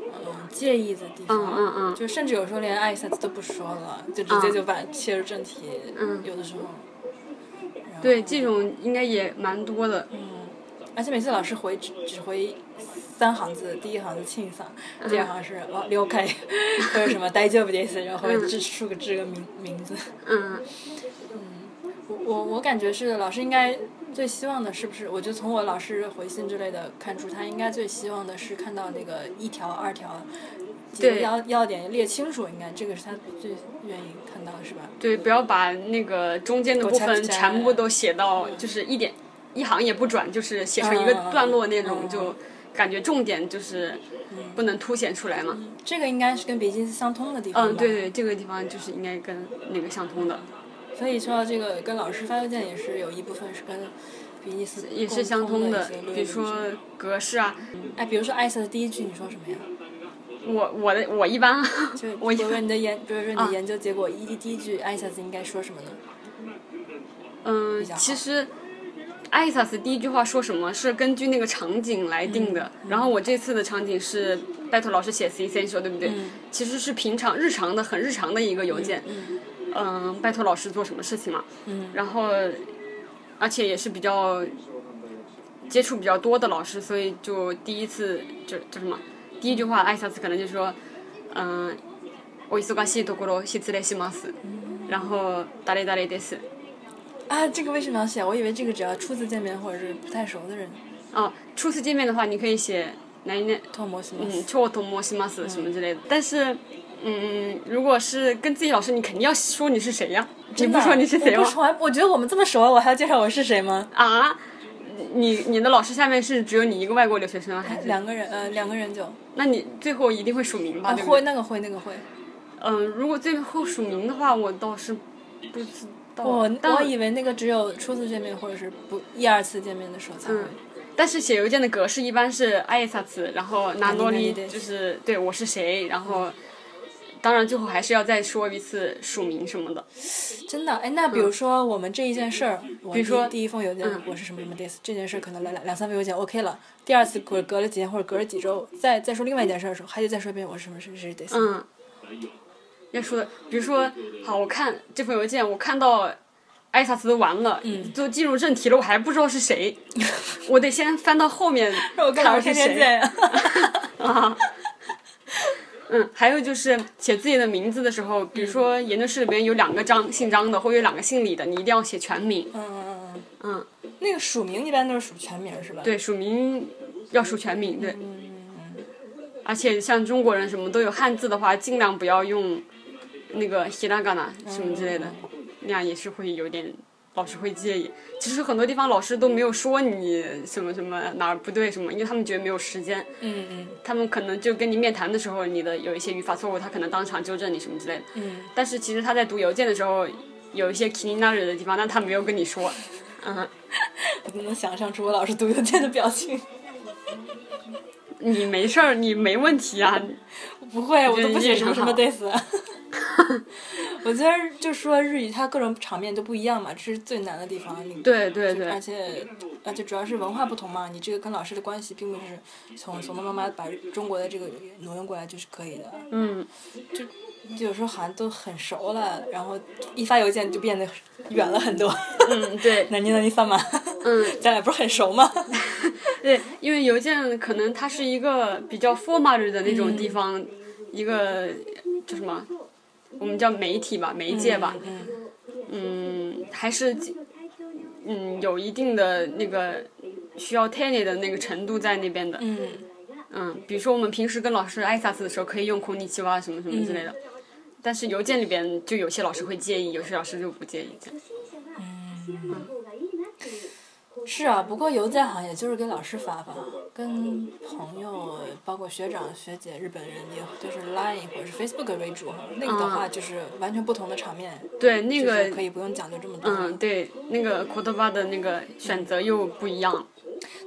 Speaker 3: 嗯，介意的地方。
Speaker 2: 嗯嗯嗯
Speaker 3: 就甚至有时候连爱一下子都不说了，就直接就把切入正题。
Speaker 2: 嗯
Speaker 3: 有的时候。然后
Speaker 2: 对，这种应该也蛮多的。
Speaker 3: 而且每次老师回只只回三行字，第一行是庆桑，第二
Speaker 2: 嗯
Speaker 3: 行是哦了 (laughs) 解，或者什么待久不です，然后后面只出个这个名名字。
Speaker 2: 嗯
Speaker 3: 我我我感觉是老师应该最希望的是不是？我就从我老师回信之类的看出，他应该最希望的是看到那个一条、二条，几个
Speaker 2: 对
Speaker 3: 要要点列清楚，应该这个是他最愿意看到的，是吧？
Speaker 2: 对，不要把那个中间的部分全部都写到，就是一点一行也不转，就是写成一个段落那种，
Speaker 3: 嗯
Speaker 2: 就感觉重点就是不能凸显出来嘛。
Speaker 3: 这个应该是跟别金斯相通的地方吧。
Speaker 2: 嗯，对对，这个地方就是应该跟那个相通的，
Speaker 3: 所以说到这个，跟老师发邮件也是有一部分是跟比利斯
Speaker 2: 也是相
Speaker 3: 通
Speaker 2: 通的
Speaker 3: 一些。
Speaker 2: 比如说
Speaker 3: 论述
Speaker 2: 格式啊，
Speaker 3: 哎，比如说艾萨的第一句，你说什么呀？
Speaker 2: 我我的我一般啊
Speaker 3: 就
Speaker 2: 我一
Speaker 3: 比如说
Speaker 2: 般
Speaker 3: 你的研，比如说你
Speaker 2: 啊
Speaker 3: 的研究结果一、第一句，艾萨斯应该说什么呢？
Speaker 2: 嗯
Speaker 3: 较，好
Speaker 2: 其实艾萨斯第一句话说什么是根据那个场景来定的。然后我这次的场景是拜托老师写 C C 说对不对？其实是平常日常的很日常的一个邮件。嗯拜托老师做什么事情嘛。嗯。然后，而且也是比较接触比较多的老师，所以就第一次就就什么第一句话艾萨斯可能就说，嗯、お忙しいところ失礼します。然后誰々です。
Speaker 3: 啊，这个为什么要写？我以为这个只要初次见面或者是不太熟的人，
Speaker 2: 哦，初次见面的话，你可以写哪一年，
Speaker 3: 托模什么？
Speaker 2: 嗯，秋我同模西马斯什么之类的。但是，嗯，如果是跟自己老师，你肯定要说你是谁呀、你
Speaker 3: 真
Speaker 2: 不
Speaker 3: 的啊
Speaker 2: 说你是谁
Speaker 3: 我
Speaker 2: 吗
Speaker 3: 不？说，我觉得我们这么熟，我还要介绍我是谁吗？
Speaker 2: 啊，你你的老师下面是只有你一个外国留学生啊还是？
Speaker 3: 两个人，呃，两个人就
Speaker 2: 那你最后一定会署名吧？
Speaker 3: 啊
Speaker 2: 对不
Speaker 3: 会
Speaker 2: 对？
Speaker 3: 那个会那个会。
Speaker 2: 嗯、如果最后署名的话，我倒是不知道。
Speaker 3: 我
Speaker 2: 但
Speaker 3: 我以为那个只有初次见面或者是不一二次见面的时候才
Speaker 2: 嗯
Speaker 3: 会。
Speaker 2: 但是写邮件的格式一般是艾萨茨，然后拿诺
Speaker 3: 哪里
Speaker 2: 丽
Speaker 3: 哪里
Speaker 2: 就是对我是谁，
Speaker 3: 嗯
Speaker 2: 然后当然最后还是要再说一次署名什么的。
Speaker 3: 真的，哎，那比如说我们这一件事儿，比
Speaker 2: 嗯比如说
Speaker 3: 第一封邮件
Speaker 2: 嗯
Speaker 3: 我是什么什么 this，这件事儿可能两两两三封邮件 OK 了，第二次隔隔了几天或者隔了几周再再说另外一件事儿的时候，还得再说一遍我是什么是是 this。
Speaker 2: 嗯，要说的，比如说，好，我看这封邮件，我看到艾萨斯完了，就进入正题了，我还不知道是谁，我得先翻到后面看到是谁。 (laughs)
Speaker 3: 呀。
Speaker 2: 嗯，还有就是写自己的名字的时候，比如说研究室里边有两个张姓张的，或者有两个姓李的，你一定要写全名。
Speaker 3: 嗯嗯嗯嗯。那个署名一般都是署全名儿是吧？。
Speaker 2: 对，署名要署全名，对。而且像中国人什么都有汉字的话，尽量不要用那个ひらがな什么之类的，那样也是会有点老师会介意。其实很多地方老师都没有说你什么什么哪儿不对什么，因为他们觉得没有时间，
Speaker 3: 嗯嗯
Speaker 2: 他们可能就跟你面谈的时候，你的有一些语法错误，他可能当场纠正你什么之类的。
Speaker 3: 嗯。
Speaker 2: 但是其实他在读邮件的时候，有一些 k i n i n a r 的地方，但他没有跟你说。嗯，
Speaker 3: 我都能想象出我老师读邮件的表情。
Speaker 2: 你没事儿，你没问题啊。
Speaker 3: (laughs) 不会，我都不
Speaker 2: 日
Speaker 3: 写
Speaker 2: 语
Speaker 3: 成
Speaker 2: 很
Speaker 3: 什么
Speaker 2: 好
Speaker 3: (laughs) this。我觉得就说日语，它各种场面都不一样嘛，这是最难的地方。你
Speaker 2: 对对对，
Speaker 3: 而且而且主要是文化不同嘛，你这个跟老师的关系并不是从从妈妈妈把中国的这个挪用过来就是可以的，
Speaker 2: 嗯，
Speaker 3: 就就有时候好像都很熟了，然后一发邮件就变得远了很多。
Speaker 2: 嗯，对，
Speaker 3: 南京南京三嘛， (laughs)
Speaker 2: 嗯，
Speaker 3: 咱俩不是很熟吗？
Speaker 2: 对，因为邮件可能它是一个比较 formal 的那种地方，
Speaker 3: 嗯
Speaker 2: 一个叫什么，我们叫媒体吧，媒介吧，
Speaker 3: 嗯
Speaker 2: 嗯，还是嗯有一定的那个需要 t e n y 的那个程度在那边的，
Speaker 3: 嗯，
Speaker 2: 嗯，比如说我们平时跟老师挨萨斯的时候，可以用空尼奇哇什么什么之类的，
Speaker 3: 嗯
Speaker 2: 但是邮件里边就有些老师会介意，有些老师就不介意这样。
Speaker 3: 是啊，不过邮件好像也就是给老师发吧，跟朋友包括学长学姐、日本人也就是 Line 或者是 Facebook 为主，那个的话嗯就是完全不同的场面，
Speaker 2: 对，那
Speaker 3: 嗯就
Speaker 2: 个
Speaker 3: 是可以不用讲究这么多。
Speaker 2: 嗯，对，那个 c o d a 的那个选择又不一样。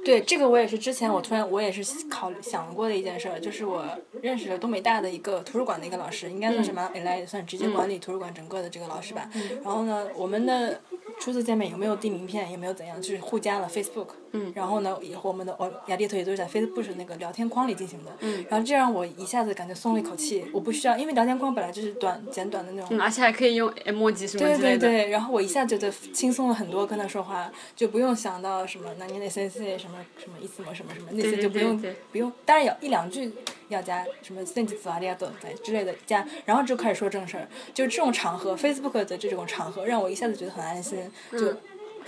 Speaker 3: 对，这个我也是之前我突然我也是考虑想过的一件事儿，就是我认识了东北大的一个图书馆的一个老师，应该算是蛮 AI 算直接管理图书馆整个的这个老师吧。然后呢，我们的初次见面也没有递名片，也没有怎样，就是互加了 Facebook。嗯。然后呢，以后我们的哦雅力图也都是在 Facebook 那个聊天框里进行的。嗯。然后这样我一下子感觉松了一口气，我不需要，因为聊天框本来就是短简短的那种。
Speaker 2: 嗯，而且还可以用 emoji 什么
Speaker 3: 对
Speaker 2: 之
Speaker 3: 对
Speaker 2: 类的。
Speaker 3: 对，然后我一下觉得轻松了很多，跟他说话就不用想到什么那你那些些什么什么意思么什么什么那
Speaker 2: 对
Speaker 3: 些
Speaker 2: 对
Speaker 3: 就不用
Speaker 2: 对对
Speaker 3: 不用，当然有一两句要加什么 thank you 啊这样的之类的加，然后就开始说正事儿，就这种场合，Facebook 的这种场合让我一下子觉得很安心，
Speaker 2: 嗯
Speaker 3: 就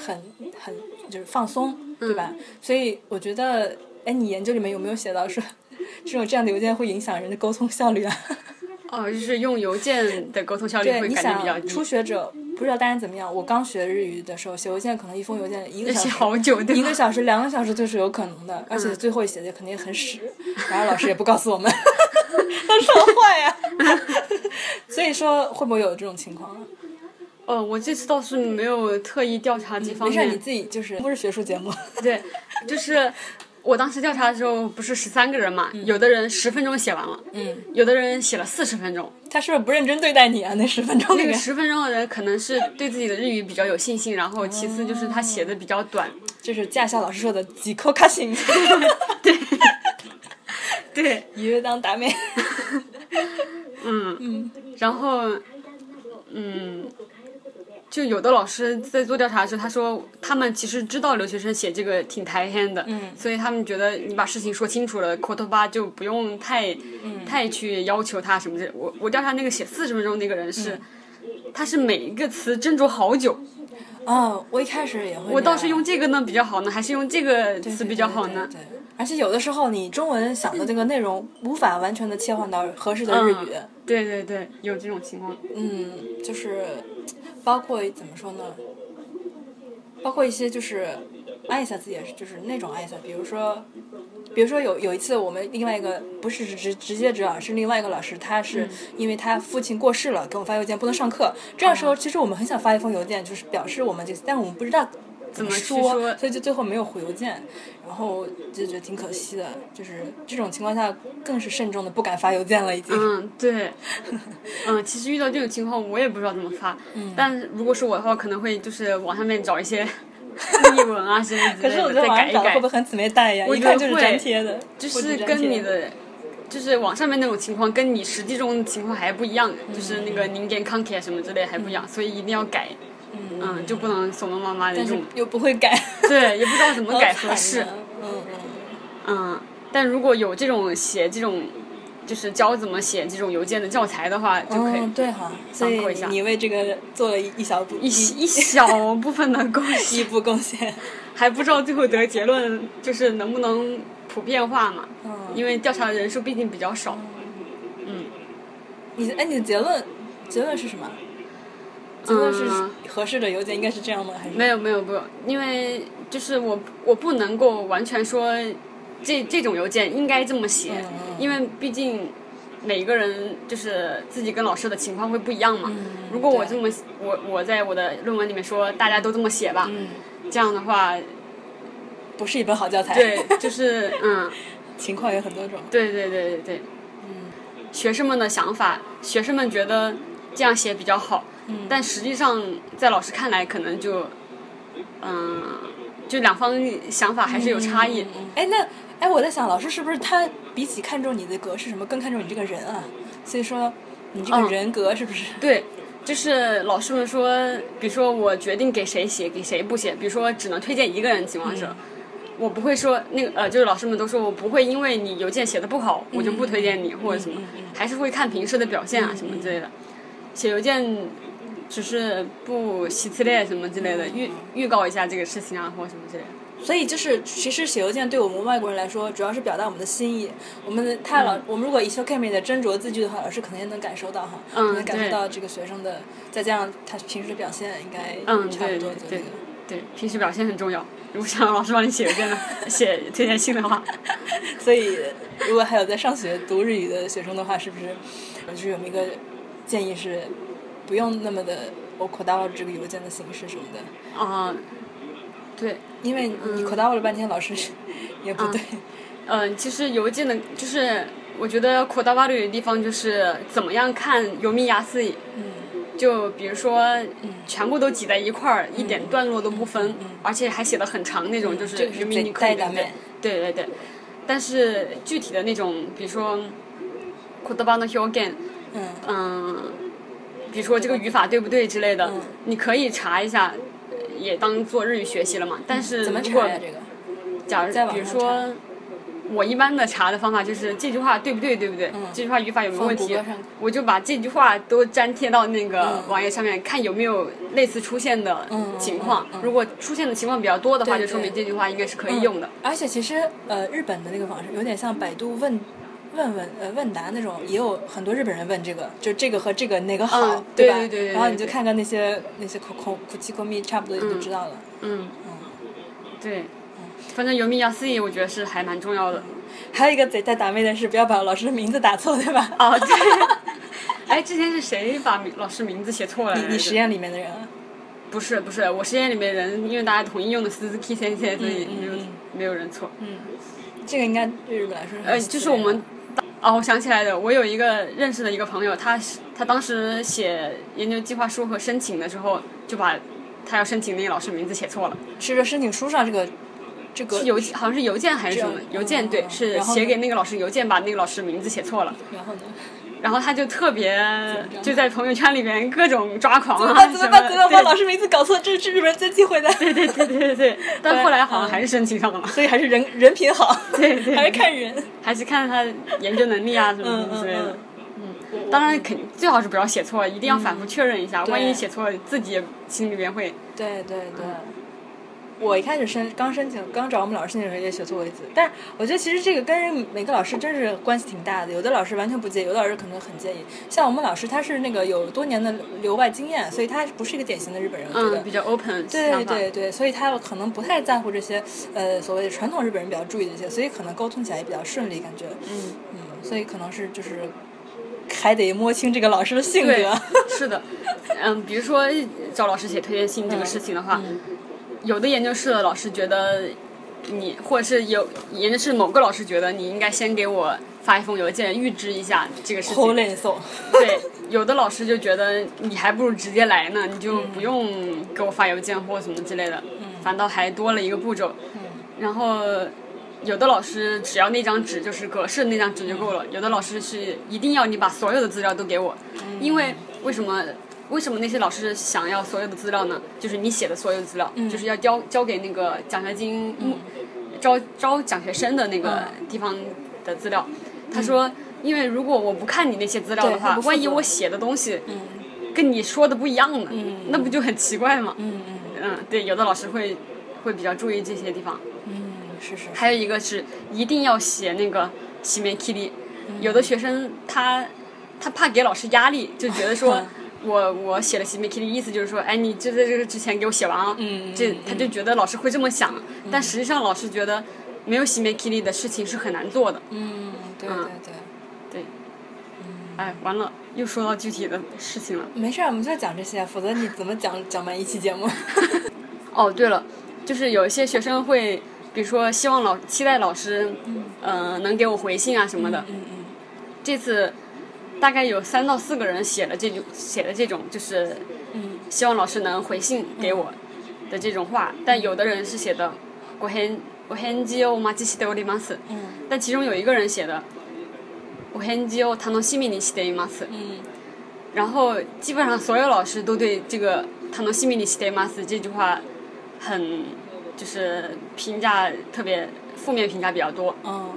Speaker 3: 很很就是放松，对吧？所以我觉得，哎，你研究里面有没有写到说 (laughs) 这种这样的邮件会影响人的沟通效率啊？
Speaker 2: 哦，就是用邮件的沟通效率
Speaker 3: 对，
Speaker 2: 会
Speaker 3: 你
Speaker 2: 感觉比较
Speaker 3: 想初
Speaker 2: 低，
Speaker 3: 学者不知道大家怎么样？我刚学日语的时候，写邮件可能一封邮件一个
Speaker 2: 要
Speaker 3: 小
Speaker 2: 写
Speaker 3: 时，
Speaker 2: 好久，对
Speaker 3: 一
Speaker 2: 吧嗯
Speaker 3: 个？小时、两个小时就是有可能的，而且最后写的肯定很屎，然后老师也不告诉我们， (laughs) 他说坏呀、 (laughs) 所以说会不会有这种情况？啊
Speaker 2: 哦，我这次倒是没有特意调查这
Speaker 3: 嗯
Speaker 2: 方
Speaker 3: 没事，你
Speaker 2: 面。
Speaker 3: 自己就是不是学术节目， (laughs)
Speaker 2: 对，就是我当时调查的时候，不是十三个人嘛，有的人十分钟写完了，
Speaker 3: 嗯，哦
Speaker 2: 有的人写了四十分钟。
Speaker 3: 他是不是不认真对待你啊？那十分钟里
Speaker 2: 那个
Speaker 3: 面，
Speaker 2: 十分钟的人可能是对自己的日语比较有信心，然后其次就是他写的比较短。
Speaker 3: 就是驾校老师说的“几扣卡
Speaker 2: (laughs)
Speaker 3: 型”， (laughs)
Speaker 2: 对，
Speaker 3: 一月当达美。
Speaker 2: 然后，嗯，就有的老师在做调查的时候，他说他们其实知道留学生写这个挺抬hand 的，所以他们觉得你把事情说清楚了，口头巴就不用太、太去要求他什么的。我我调查那个写四十分钟那个人是。他是每一个词斟酌好久，
Speaker 3: (laughs) 哦，我一开始也会那样，
Speaker 2: 我倒是用这个呢比较好呢，还是用这个词比较好呢？
Speaker 3: 对对对对而且有的时候你中文想的这个内容无法完全的切换到合适的日
Speaker 2: 嗯
Speaker 3: 语，
Speaker 2: 对对对，有这种情况。
Speaker 3: 嗯就是包括怎么说呢，包括一些就是爱一下自己也是就是那种爱一下，比如说。比如说有有一次，我们另外一个不是直直接指导，是另外一个老师，他是因为他父亲过世了，给我们发邮件不能上课。这样时候，其实我们很想发一封邮件，就是表示我们这，但我们不知道怎么
Speaker 2: 么去
Speaker 3: 说，
Speaker 2: 说
Speaker 3: 所以就最后没有回邮件，然后就觉得挺可惜的。就是这种情况下，更是慎重的，不敢发邮件了，已经。
Speaker 2: 嗯，对，嗯，其实遇到这种情况，我也不知道怎么发。嗯，但如果是我的话，可能会就是网上面找
Speaker 3: (laughs)
Speaker 2: 一些译文啊什么之
Speaker 3: 可
Speaker 2: 类
Speaker 3: 是我
Speaker 2: 的，
Speaker 3: 觉得
Speaker 2: 再
Speaker 3: 网上
Speaker 2: 改一
Speaker 3: 找的
Speaker 2: 改
Speaker 3: 会不会。很姊妹带呀？
Speaker 2: 我
Speaker 3: 一
Speaker 2: 觉得
Speaker 3: 看就是粘
Speaker 2: 会
Speaker 3: 贴的，
Speaker 2: 就
Speaker 3: 复制
Speaker 2: 是
Speaker 3: 粘
Speaker 2: 跟
Speaker 3: 贴
Speaker 2: 你的，就是网上面那种情况，跟你实际中的情况还不一样，
Speaker 3: 嗯
Speaker 2: 就是那个零点 c o n t 什么之类还不一样，所以一定要改。嗯就不能怂怂妈妈的
Speaker 3: 嗯但是
Speaker 2: 用。
Speaker 3: 又不会
Speaker 2: (laughs)
Speaker 3: 改，
Speaker 2: 对，也不知道怎么嗯
Speaker 3: (laughs)
Speaker 2: 改
Speaker 3: 好惨
Speaker 2: 合适
Speaker 3: 啊。嗯嗯。
Speaker 2: 嗯，但如果有这种写这种，就是教怎么写这种邮件的教材的话，就可以。
Speaker 3: 嗯，对哈，所以
Speaker 2: 扣一下
Speaker 3: 你为这个做了一一小步
Speaker 2: 一一小部分的贡
Speaker 3: 一
Speaker 2: 献，
Speaker 3: 步贡献。
Speaker 2: 还不知道最后得结论就是能不能普遍化嘛？
Speaker 3: 嗯
Speaker 2: 因为调查的人数毕竟比较少。
Speaker 3: 你哎，你的结论结论是什么？结论是合适的邮件应该是这样吗？还是
Speaker 2: 嗯没有没有没有，因为就是我我不能够完全说这这种邮件应该这么写，
Speaker 3: 嗯
Speaker 2: 因为毕竟每个人就是自己跟老师的情况会不一样嘛。如果我这
Speaker 3: 嗯对
Speaker 2: 么我我在我的论文里面说大家都这么写吧，
Speaker 3: 嗯
Speaker 2: 这样的话，
Speaker 3: 不是一本好教材？
Speaker 2: 对，就是嗯。
Speaker 3: 情况有很多种。
Speaker 2: 对对对对对，嗯，学生们的想法，学生们觉得这样写比较好，嗯，但实际上在老师看来，可能就，嗯、就两方想法还是有差异。
Speaker 3: 哎，那哎，我在想，老师是不是他比起看重你的格式什么，更看重你这个人啊？所以说，你这个
Speaker 2: 嗯
Speaker 3: 人格是不是？
Speaker 2: 对，就是老师们说，比如说我决定给谁写，给谁不写，比如说只能推荐一个人情况下，我不会说那个呃，就是老师们都说我不会因为你邮件写的不好，我就不推荐你或者什么，还是会看平时的表现啊什么之类的。写邮件只是不喜次列什么之类的，预预告一下这个事情啊或什么之类的。
Speaker 3: 所以就是，其实写邮件对我们外国人来说，主要是表达我们的心意。我们他
Speaker 2: 嗯
Speaker 3: 老，我们如果一 s 看 o 的斟酌字句的话，老师肯定能感受到哈，
Speaker 2: 嗯
Speaker 3: 能感
Speaker 2: 对
Speaker 3: 受到这个学生的，再加上他平时的表现，应该
Speaker 2: 嗯
Speaker 3: 差不
Speaker 2: 对
Speaker 3: 多
Speaker 2: 对
Speaker 3: 就这
Speaker 2: 对
Speaker 3: 个。
Speaker 2: 对，平时表现很重要。如果想让老师帮你写邮件的， (laughs) 写推荐信的话，
Speaker 3: 所以，如果还有在上学读日语的学生的话，是不是就是有一个建议是，不用那么的我口到这个邮件的形式什么的，
Speaker 2: 啊、对，
Speaker 3: 因为你口到了半天，老师 (laughs) 也不对。
Speaker 2: 嗯，其实邮件的，就是我觉得扩大巴率的地方就是怎么样看尤米雅思，
Speaker 3: 嗯
Speaker 2: 就比如说全部都挤在一块儿，一
Speaker 3: 嗯
Speaker 2: 点段落都不分，而且还写的很长那种，就是
Speaker 3: 这个是
Speaker 2: 尤米尼克
Speaker 3: 最
Speaker 2: 对
Speaker 3: 大
Speaker 2: 对
Speaker 3: 的
Speaker 2: 对对对对。但是具体的那种，比如说扩大巴的 Hugen，
Speaker 3: 嗯
Speaker 2: 嗯，比如说这个语法对不对之类的，
Speaker 3: 嗯
Speaker 2: 你可以查一下，也当做日语学习了嘛。但是
Speaker 3: 嗯怎么
Speaker 2: 如
Speaker 3: 查
Speaker 2: 果
Speaker 3: 呀、这个？
Speaker 2: 假如
Speaker 3: 在网
Speaker 2: 比如
Speaker 3: 上
Speaker 2: 说，我一般的查的方法就是这句话对不对，对不对？这句话语法有没
Speaker 3: 嗯
Speaker 2: 有
Speaker 3: 放
Speaker 2: 问
Speaker 3: 谷
Speaker 2: 题
Speaker 3: 歌上？
Speaker 2: 我就把这句话都粘贴到那个
Speaker 3: 嗯
Speaker 2: 网页上面，看有没有类似出现的
Speaker 3: 嗯嗯
Speaker 2: 情况。
Speaker 3: 嗯嗯
Speaker 2: 如果出现的情况比较多的话，
Speaker 3: 对
Speaker 2: 就说明
Speaker 3: 对嗯
Speaker 2: 这句话应该是可以用的。
Speaker 3: 而且其实呃，日本的那个网上有点像百度问问问呃问答那种，也有很多日本人问这个，就这个和这个哪个好，
Speaker 2: 嗯
Speaker 3: 对吧？
Speaker 2: 对对对对
Speaker 3: 然后你
Speaker 2: 对
Speaker 3: 就看看那些那些口口口气口密差不多你就知道了。
Speaker 2: 嗯，对。反正有米亚思义，我觉得是还蛮重要的。
Speaker 3: 还有一个贼在打妹的是不要把老师的名字打错，对吧？
Speaker 2: (laughs) 哦，对。 (laughs) 哎，之前是谁把名老师名字写错了来
Speaker 3: 你
Speaker 2: 着？
Speaker 3: 你实验里面的人啊，
Speaker 2: 不是不是，我实验里面人，因为大家统一用的 Suzuki 先生，所以
Speaker 3: 嗯嗯
Speaker 2: 没有、
Speaker 3: 嗯
Speaker 2: 没有人错。
Speaker 3: 这个应该对日本来说是很
Speaker 2: 呃，
Speaker 3: 稀
Speaker 2: 就是
Speaker 3: 奇
Speaker 2: 我
Speaker 3: 的
Speaker 2: 们，哦，我想起来的，我有一个认识的一个朋友，他是他当时写研究计划书和申请的时候，就把他要申请那个老师名字写错了，
Speaker 3: 是这申请书上这个这个
Speaker 2: 是邮好像是邮件还是什么
Speaker 3: 这样
Speaker 2: 邮件，
Speaker 3: 嗯
Speaker 2: 对
Speaker 3: 嗯，
Speaker 2: 是
Speaker 3: 然后呢
Speaker 2: 写给那个老师邮件，把那个老师名字写错了，
Speaker 3: 然后呢？
Speaker 2: 然后他就特别就在朋友圈里面各种抓狂啊
Speaker 3: (laughs) 啊，怎么办？
Speaker 2: 什
Speaker 3: 怎么办？
Speaker 2: 对
Speaker 3: 老师名字搞错，这是日本人最忌讳的。对对 (laughs) 对
Speaker 2: 对对对，但后来好像还是申请上了嘛， (laughs)
Speaker 3: 所以还是人人品好，
Speaker 2: 对嗯对对
Speaker 3: 嗯 (laughs) 还是看人。嗯
Speaker 2: 还是看他研究能力啊什么什么之类的。当然肯最好是不要写错，一定要反复确认一下，
Speaker 3: 嗯对
Speaker 2: 万一写错了自己也心里面会。
Speaker 3: 对对对。我一开始申刚申请刚找我们老师申请的时候也写错过一次，但是我觉得其实这个跟每个老师真是关系挺大的，有的老师完全不介意，有的老师可能很介意。像我们老师他是那个有多年的留外经验，所以他不是一个典型的日本人，我觉得。
Speaker 2: 嗯，比较 open
Speaker 3: 对
Speaker 2: 想法。
Speaker 3: 对对，所以他可能不太在乎这些，呃，所谓的传统日本人比较注意的一些，所以可能沟通起来也比较顺利，感觉，
Speaker 2: 嗯
Speaker 3: 嗯，所以可能是就是还得摸清这个老师的性
Speaker 2: 对
Speaker 3: 格，
Speaker 2: (laughs) 是的，嗯，比如说找老师写推荐信
Speaker 3: 嗯
Speaker 2: 这个事情的话，有的研究室的老师觉得你，或者是有研究室某个老师觉得你应该先给我发一封邮件预知一下这个事
Speaker 3: 偷
Speaker 2: 情，
Speaker 3: 练送，
Speaker 2: 对，有的老师就觉得你还不如直接来呢，你就
Speaker 3: 嗯
Speaker 2: 不用给我发邮件或什么之类的，反倒还多了一个步骤。然后有的老师只要那张纸就是格式那张纸就够了，有的老师是一定要你把所有的资料都给我，
Speaker 3: 嗯
Speaker 2: 因为为什么？为什么那些老师想要所有的资料呢？就是你写的所有的资料，
Speaker 3: 嗯
Speaker 2: 就是要交交给那个奖学金募、招招奖学生的那个地方的资料。他说，因为如果我不看你那些资料的
Speaker 3: 嗯对他
Speaker 2: 话，
Speaker 3: 不负责
Speaker 2: 万一我写的东西跟你说的不一样呢，那不就很奇怪吗？
Speaker 3: 嗯嗯
Speaker 2: 嗯，对，有的老师会会比较注意这些地方。
Speaker 3: 嗯，是是，
Speaker 2: 还有一个是一定要写那个洗
Speaker 3: 嗯
Speaker 2: 面 k i 有的学生他他怕给老师压力，就觉得说
Speaker 3: 嗯
Speaker 2: 我我写了洗面 k i 意思就是说，哎，你就在这个之前给我写完啊，
Speaker 3: 嗯嗯嗯
Speaker 2: 这他就觉得老师会这么想，但实际上老师觉得没有洗面 k i 的事情是很难做的。
Speaker 3: 嗯，对对对。
Speaker 2: 哎，完了，又说到具体的事情了。
Speaker 3: 没事儿，我们就讲这些，否则你怎么讲讲完一期节目？
Speaker 2: 哦，对了，就是有一些学生会，比如说希望老期待老师，呃，能给我回信啊什么的。
Speaker 3: 嗯嗯，
Speaker 2: 这次大概有三到四个人写了这种写了这种，就是
Speaker 3: 嗯
Speaker 2: 希望老师能回信给我的这种话，但有的人是写的“我很我很记哦，马吉西的我里马斯”，
Speaker 3: 嗯
Speaker 2: 但其中有一个人写的“我很记哦，他能西米尼西的里马斯”，
Speaker 3: 嗯
Speaker 2: 然后基本上所有老师都对这个“他能西米尼西的马斯”这句话很就是评价特别负面评价比较多，
Speaker 3: 嗯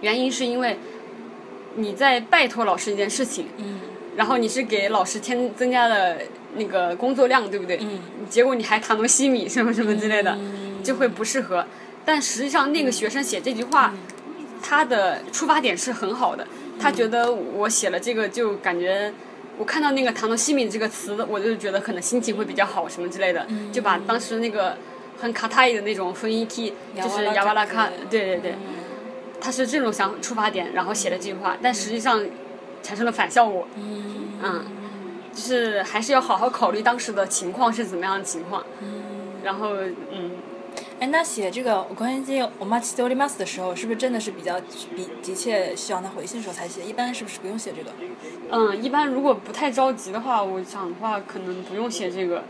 Speaker 2: 原因是因为你在拜托老师一件事情，
Speaker 3: 嗯
Speaker 2: 然后你是给老师添增加了那个工作量，对不对？
Speaker 3: 嗯
Speaker 2: 结果你还塔罗西米什么什么之类的，就会不适合。但实际上，那个学生写这句话，他的出发点是很好的，他觉得我写了这个就感觉。我看到那个“塔罗西米”这个词，我就觉得可能心情会比较好，什么之类的，就把当时那个很卡塔伊的那种分音 T，就是
Speaker 3: 雅
Speaker 2: 雅
Speaker 3: 瓦
Speaker 2: 瓦
Speaker 3: 拉
Speaker 2: 拉
Speaker 3: 卡
Speaker 2: 啊卡，对对对，
Speaker 3: 嗯
Speaker 2: 他是这种想出发点，然后写的这句话，但实际上产生了反效果。嗯，就是还是要好好考虑当时的情况是怎么样的情况。然后嗯，
Speaker 3: 哎，那写这个关于这我妈 story mas 的时候，是不是真的是比较比的确希望他回信的时候才写？一般是不是不用写这个？
Speaker 2: 嗯，一般如果不太着急的话，我想的话可能不用写这个，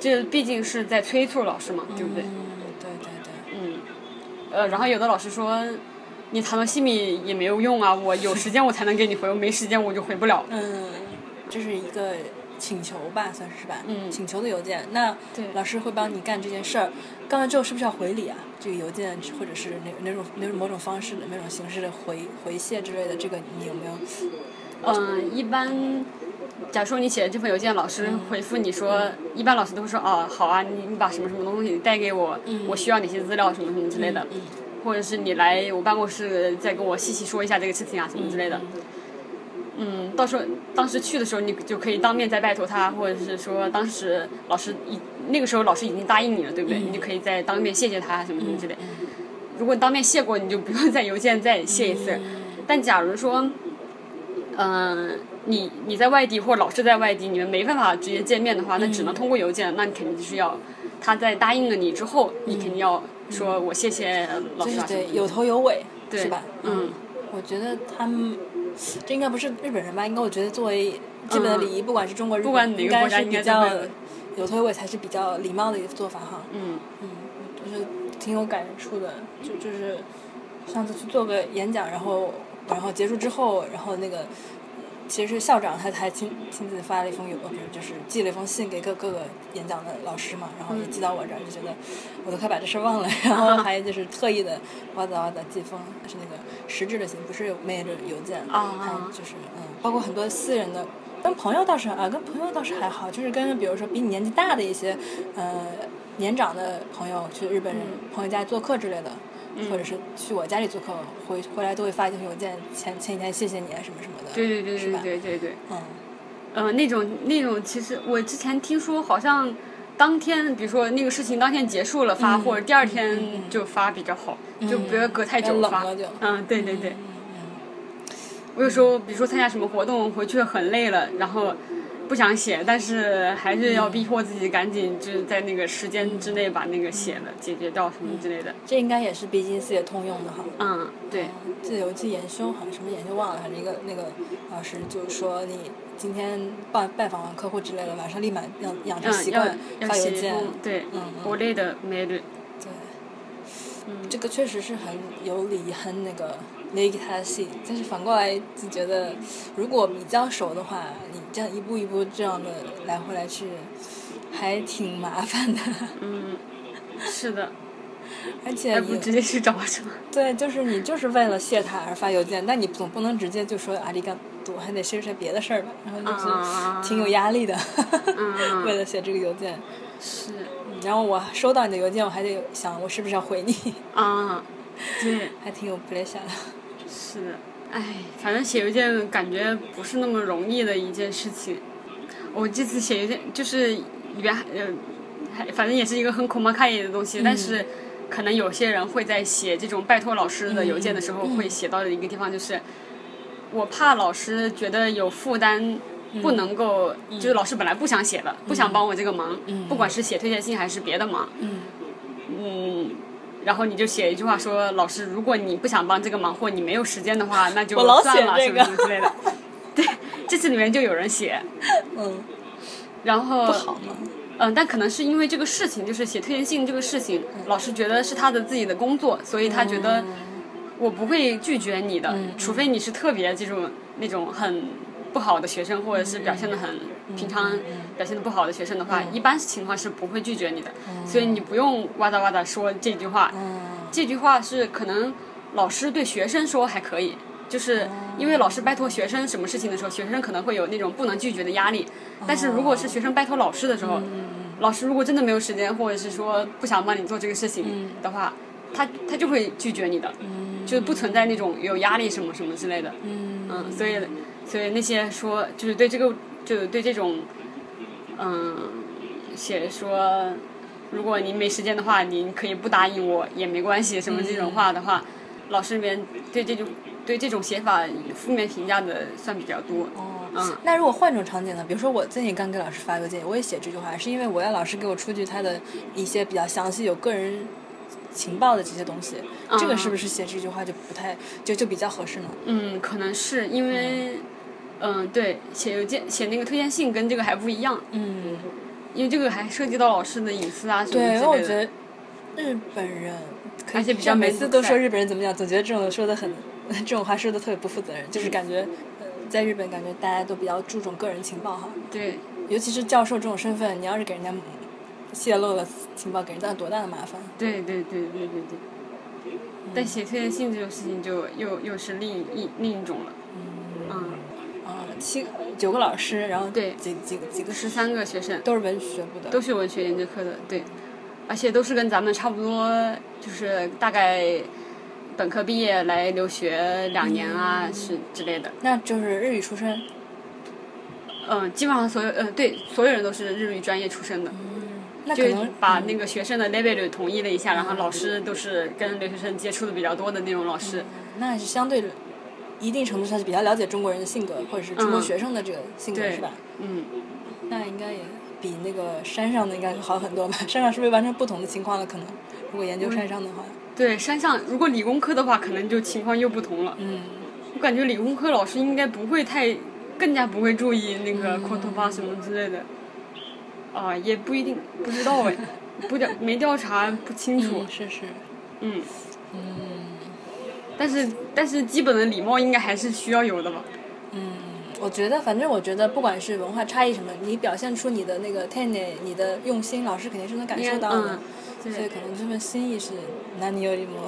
Speaker 2: 这毕竟是在催促老师嘛，对不对？
Speaker 3: 嗯，对对对，
Speaker 2: 嗯，呃，然后有的老师说。你谈到西米也没有用啊！我有时间我才能给你回，我没时间我就回不了。
Speaker 3: 嗯，这是一个请求吧，算是吧，
Speaker 2: 嗯
Speaker 3: 请求的邮件。那
Speaker 2: 对
Speaker 3: 老师会帮你干这件事儿，干完之后是不是要回礼啊？这个邮件或者是哪哪种哪种某种方式的、哪种形式的回回谢之类的，这个你有没有？
Speaker 2: 嗯，一般，假如说你写的这份邮件，老师回复你说，一般老师都会说，哦，好啊，你你把什么什么东西带给我，我需要哪些资料什么什么之类的，或者是你来我办公室再跟我细细说一下这个事情啊什么之类的。嗯，到时候当时去的时候，你就可以当面再拜托他，或者是说当时老师已那个时候老师已经答应你了，对不对？你就可以再当面谢谢他什么什么之类。如果当面谢过，你就不用在邮件再谢一次。
Speaker 3: 嗯
Speaker 2: 但假如说，嗯、你你在外地或者老师在外地，你们没办法直接见面的话，那只能通过邮件。那你肯定就是要他在答应了你之后，你肯定要说我谢谢老
Speaker 3: 就
Speaker 2: 师
Speaker 3: 是
Speaker 2: 啊什么
Speaker 3: 嗯对
Speaker 2: 的
Speaker 3: 有头有尾，
Speaker 2: 对
Speaker 3: 是吧？
Speaker 2: 嗯，
Speaker 3: 我觉得他们这应该不是日本人吧？应该我觉得作为基本的礼仪，不管是中国、日
Speaker 2: 嗯不管
Speaker 3: 本，
Speaker 2: 哪个
Speaker 3: 应
Speaker 2: 国
Speaker 3: 该
Speaker 2: 家
Speaker 3: 是
Speaker 2: 应
Speaker 3: 比
Speaker 2: 该
Speaker 3: 较
Speaker 2: 都会有
Speaker 3: 有头有尾才是比较礼貌的一个做法哈。
Speaker 2: 嗯
Speaker 3: 嗯，就是挺有感触的，就就是上次去做个演讲，然后然后结束之后，然后那个。其实是校长他还亲亲自发了一封邮，呃不是就是寄了一封信给各各个演讲的老师嘛，然后也
Speaker 2: 嗯
Speaker 3: 寄到我这儿，就觉得我都快把这事儿忘了，然后
Speaker 2: (laughs)
Speaker 3: 还就是特意的哇咋哇咋寄封，是那个实质的信，不是没着邮件，
Speaker 2: 啊
Speaker 3: 还就是嗯，包括很多私人的，跟朋友倒是啊，跟朋友倒是还好，就是跟比如说比你年纪大的一些呃年长的朋友去日本人、
Speaker 2: 嗯
Speaker 3: 朋友家做客之类的。或者是去我家里做客，回回来都会发一封邮件，前前几天谢谢你啊什么什么的，
Speaker 2: 对对对
Speaker 3: 是吧
Speaker 2: 对对对对。
Speaker 3: 嗯，
Speaker 2: 呃，那种那种，其实我之前听说好像当天，比如说那个事情当天结束了发，
Speaker 3: 嗯
Speaker 2: 或者第二天就发比较好，就不要隔太久
Speaker 3: 要嗯冷
Speaker 2: 发
Speaker 3: 了就。嗯
Speaker 2: 嗯，对对对。我有时候，比如说参加什么活动，回去很累了，然后不想写，但是还是
Speaker 3: 嗯
Speaker 2: 要逼迫自己赶紧，就是在那个时间之内把那个写了解决掉什么之类的。
Speaker 3: 这应该也是 BGC 也通用的哈。
Speaker 2: 嗯，对，
Speaker 3: 这有一次研修，好像什么研修忘了，还是一个那个老师就说你今天拜拜访完客户之类的，晚上立马要养成习
Speaker 2: 嗯，要
Speaker 3: 惯
Speaker 2: 要
Speaker 3: 发邮
Speaker 2: 写一
Speaker 3: 件。
Speaker 2: 封，对
Speaker 3: 嗯，
Speaker 2: 我累的没的。
Speaker 3: 对，
Speaker 2: 嗯
Speaker 3: 这个确实是很有理，很那个那给他的戏。但是反过来就觉得，如果比较熟的话，你这样一步一步这样的来回来去，还挺麻烦的。
Speaker 2: 是的，
Speaker 3: 而且
Speaker 2: 嗯还不
Speaker 3: 也
Speaker 2: 直接去找什么？
Speaker 3: 对，就是你就是为了谢他而发邮件，但你总不能直接就说阿里嘎多，还得说些别的事儿吧，然后就是挺有压力的，
Speaker 2: 啊嗯
Speaker 3: (laughs) 为了写这个邮件。
Speaker 2: 是。
Speaker 3: 嗯然后我收到你的邮件，我还得想我是不是要回你，
Speaker 2: 啊，对，
Speaker 3: 还挺有 p l e a 的。
Speaker 2: 是的，哎，反正写邮件感觉不是那么容易的一件事情。我这次写邮件就是原呃，还反正也是一个很恐怕看一眼的东西，但是可能有些人会在写这种拜托老师的邮件的时候，会写到的一个地方就是，我怕老师觉得有负担。
Speaker 3: 嗯
Speaker 2: 不能够，就是老师本来不想写的，不想帮我这个忙，不管是写推荐信还是别的忙，
Speaker 3: 嗯
Speaker 2: 嗯，然后你就写一句话说，老师，如果你不想帮这个忙或你没有时间的
Speaker 3: (laughs)
Speaker 2: 话，那就
Speaker 3: 我老
Speaker 2: 算了，
Speaker 3: 写这
Speaker 2: 什么
Speaker 3: 个
Speaker 2: 什么之类的。对，这次里面就有人写，
Speaker 3: (laughs) 嗯，
Speaker 2: 然后
Speaker 3: 不好吗？
Speaker 2: 嗯，但可能是因为这个事情，就是写推荐信这个事情，老师觉得是他的自己的工作，所以他觉得我不会拒绝你的，除非你是特别这种那种很不不好的学生，或者是表现的很平常、表现的不好的学生的话，一般情况是不会拒绝你的，所以你不用哇哒哇哒说这句话。这句话是可能老师对学生说还可以，就是因为老师拜托学生什么事情的时候，学生可能会有那种不能拒绝的压力，但是如果是学生拜托老师的时候，老师如果真的没有时间，或者是说不想帮你做这个事情的话，他他就会拒绝你的，就是不存在那种有压力什么什么之类的。嗯，所以所以那些说就是对这个就是对这种，嗯，写说如果您没时间的话，您可以不答应我也没关系，什么这种话的话，老师里面对这种对这种写法负面评价的算比较多。
Speaker 3: 哦
Speaker 2: 嗯
Speaker 3: 那如果换种场景呢？比如说，我最近刚给老师发个建议，我也写这句话，是因为我要老师给我出具他的一些比较详细、有个人情报的这些东西。这个是不是写这句话就不太就就比较合适呢？
Speaker 2: 嗯，可能是因为，嗯，对，写邮件写那个推荐信跟这个还不一样，
Speaker 3: 嗯，
Speaker 2: 因为这个还涉及到老师的隐私啊什么之
Speaker 3: 对，因
Speaker 2: 类
Speaker 3: 为
Speaker 2: 的。
Speaker 3: 我觉得日本人可以，
Speaker 2: 而且比较
Speaker 3: 每
Speaker 2: 没
Speaker 3: 次
Speaker 2: 骨
Speaker 3: 都
Speaker 2: 气
Speaker 3: 说日本人怎么样，总觉得这种说的很，这种话说的特别不负责任，就是感觉，
Speaker 2: 嗯
Speaker 3: 呃在日本感觉大家都比较注重个人情报哈，
Speaker 2: 对，
Speaker 3: 尤其是教授这种身份，你要是给人家泄露了情报，给人家多大的麻烦？
Speaker 2: 对对对对对对。
Speaker 3: 嗯
Speaker 2: 但写推荐信这种事情就又又是另一另一种了。嗯，
Speaker 3: 啊、七个九个老师，然后
Speaker 2: 对
Speaker 3: 几几个几个
Speaker 2: 十三个学生
Speaker 3: 都是文学部的，
Speaker 2: 都是文学研究科的，对，而且都是跟咱们差不多，就是大概本科毕业来留学两年
Speaker 3: 嗯
Speaker 2: 啊，是之类的。
Speaker 3: 那就是日语出身。
Speaker 2: 嗯，基本上所有呃，对，所有人都是日语专业出身的，
Speaker 3: 嗯那可
Speaker 2: 就
Speaker 3: 能嗯
Speaker 2: 把那个学生的 level 统一了一下，然后老师都是跟留学生接触的比较多的那种老师。
Speaker 3: 那还是相对一定程度上是比较了解中国人的性格，或者是中国
Speaker 2: 嗯
Speaker 3: 学生的这个性格，
Speaker 2: 对
Speaker 3: 是吧？
Speaker 2: 嗯，
Speaker 3: 那应该也比那个山上的应该好很多吧？山上是不是完全不同的情况了？可能如果研究山上的话，
Speaker 2: 对，山上如果理工科的话，可能就情况又不同了。
Speaker 3: 嗯，
Speaker 2: 我感觉理工科老师应该不会太，更加不会注意那
Speaker 3: 嗯
Speaker 2: 个口头发什么之类的。啊，也不一定，不知道哎，不调没调查不清楚。
Speaker 3: 嗯是是，
Speaker 2: 嗯，
Speaker 3: 嗯
Speaker 2: 但是但是基本的礼貌应该还是需要有的吧。
Speaker 3: 我觉得，反正我觉得，不管是文化差异什么，你表现出你的那个 t e n e 你的用心，老师肯定是能感受到的。
Speaker 2: 嗯
Speaker 3: 所以可能这份心意是那你有一么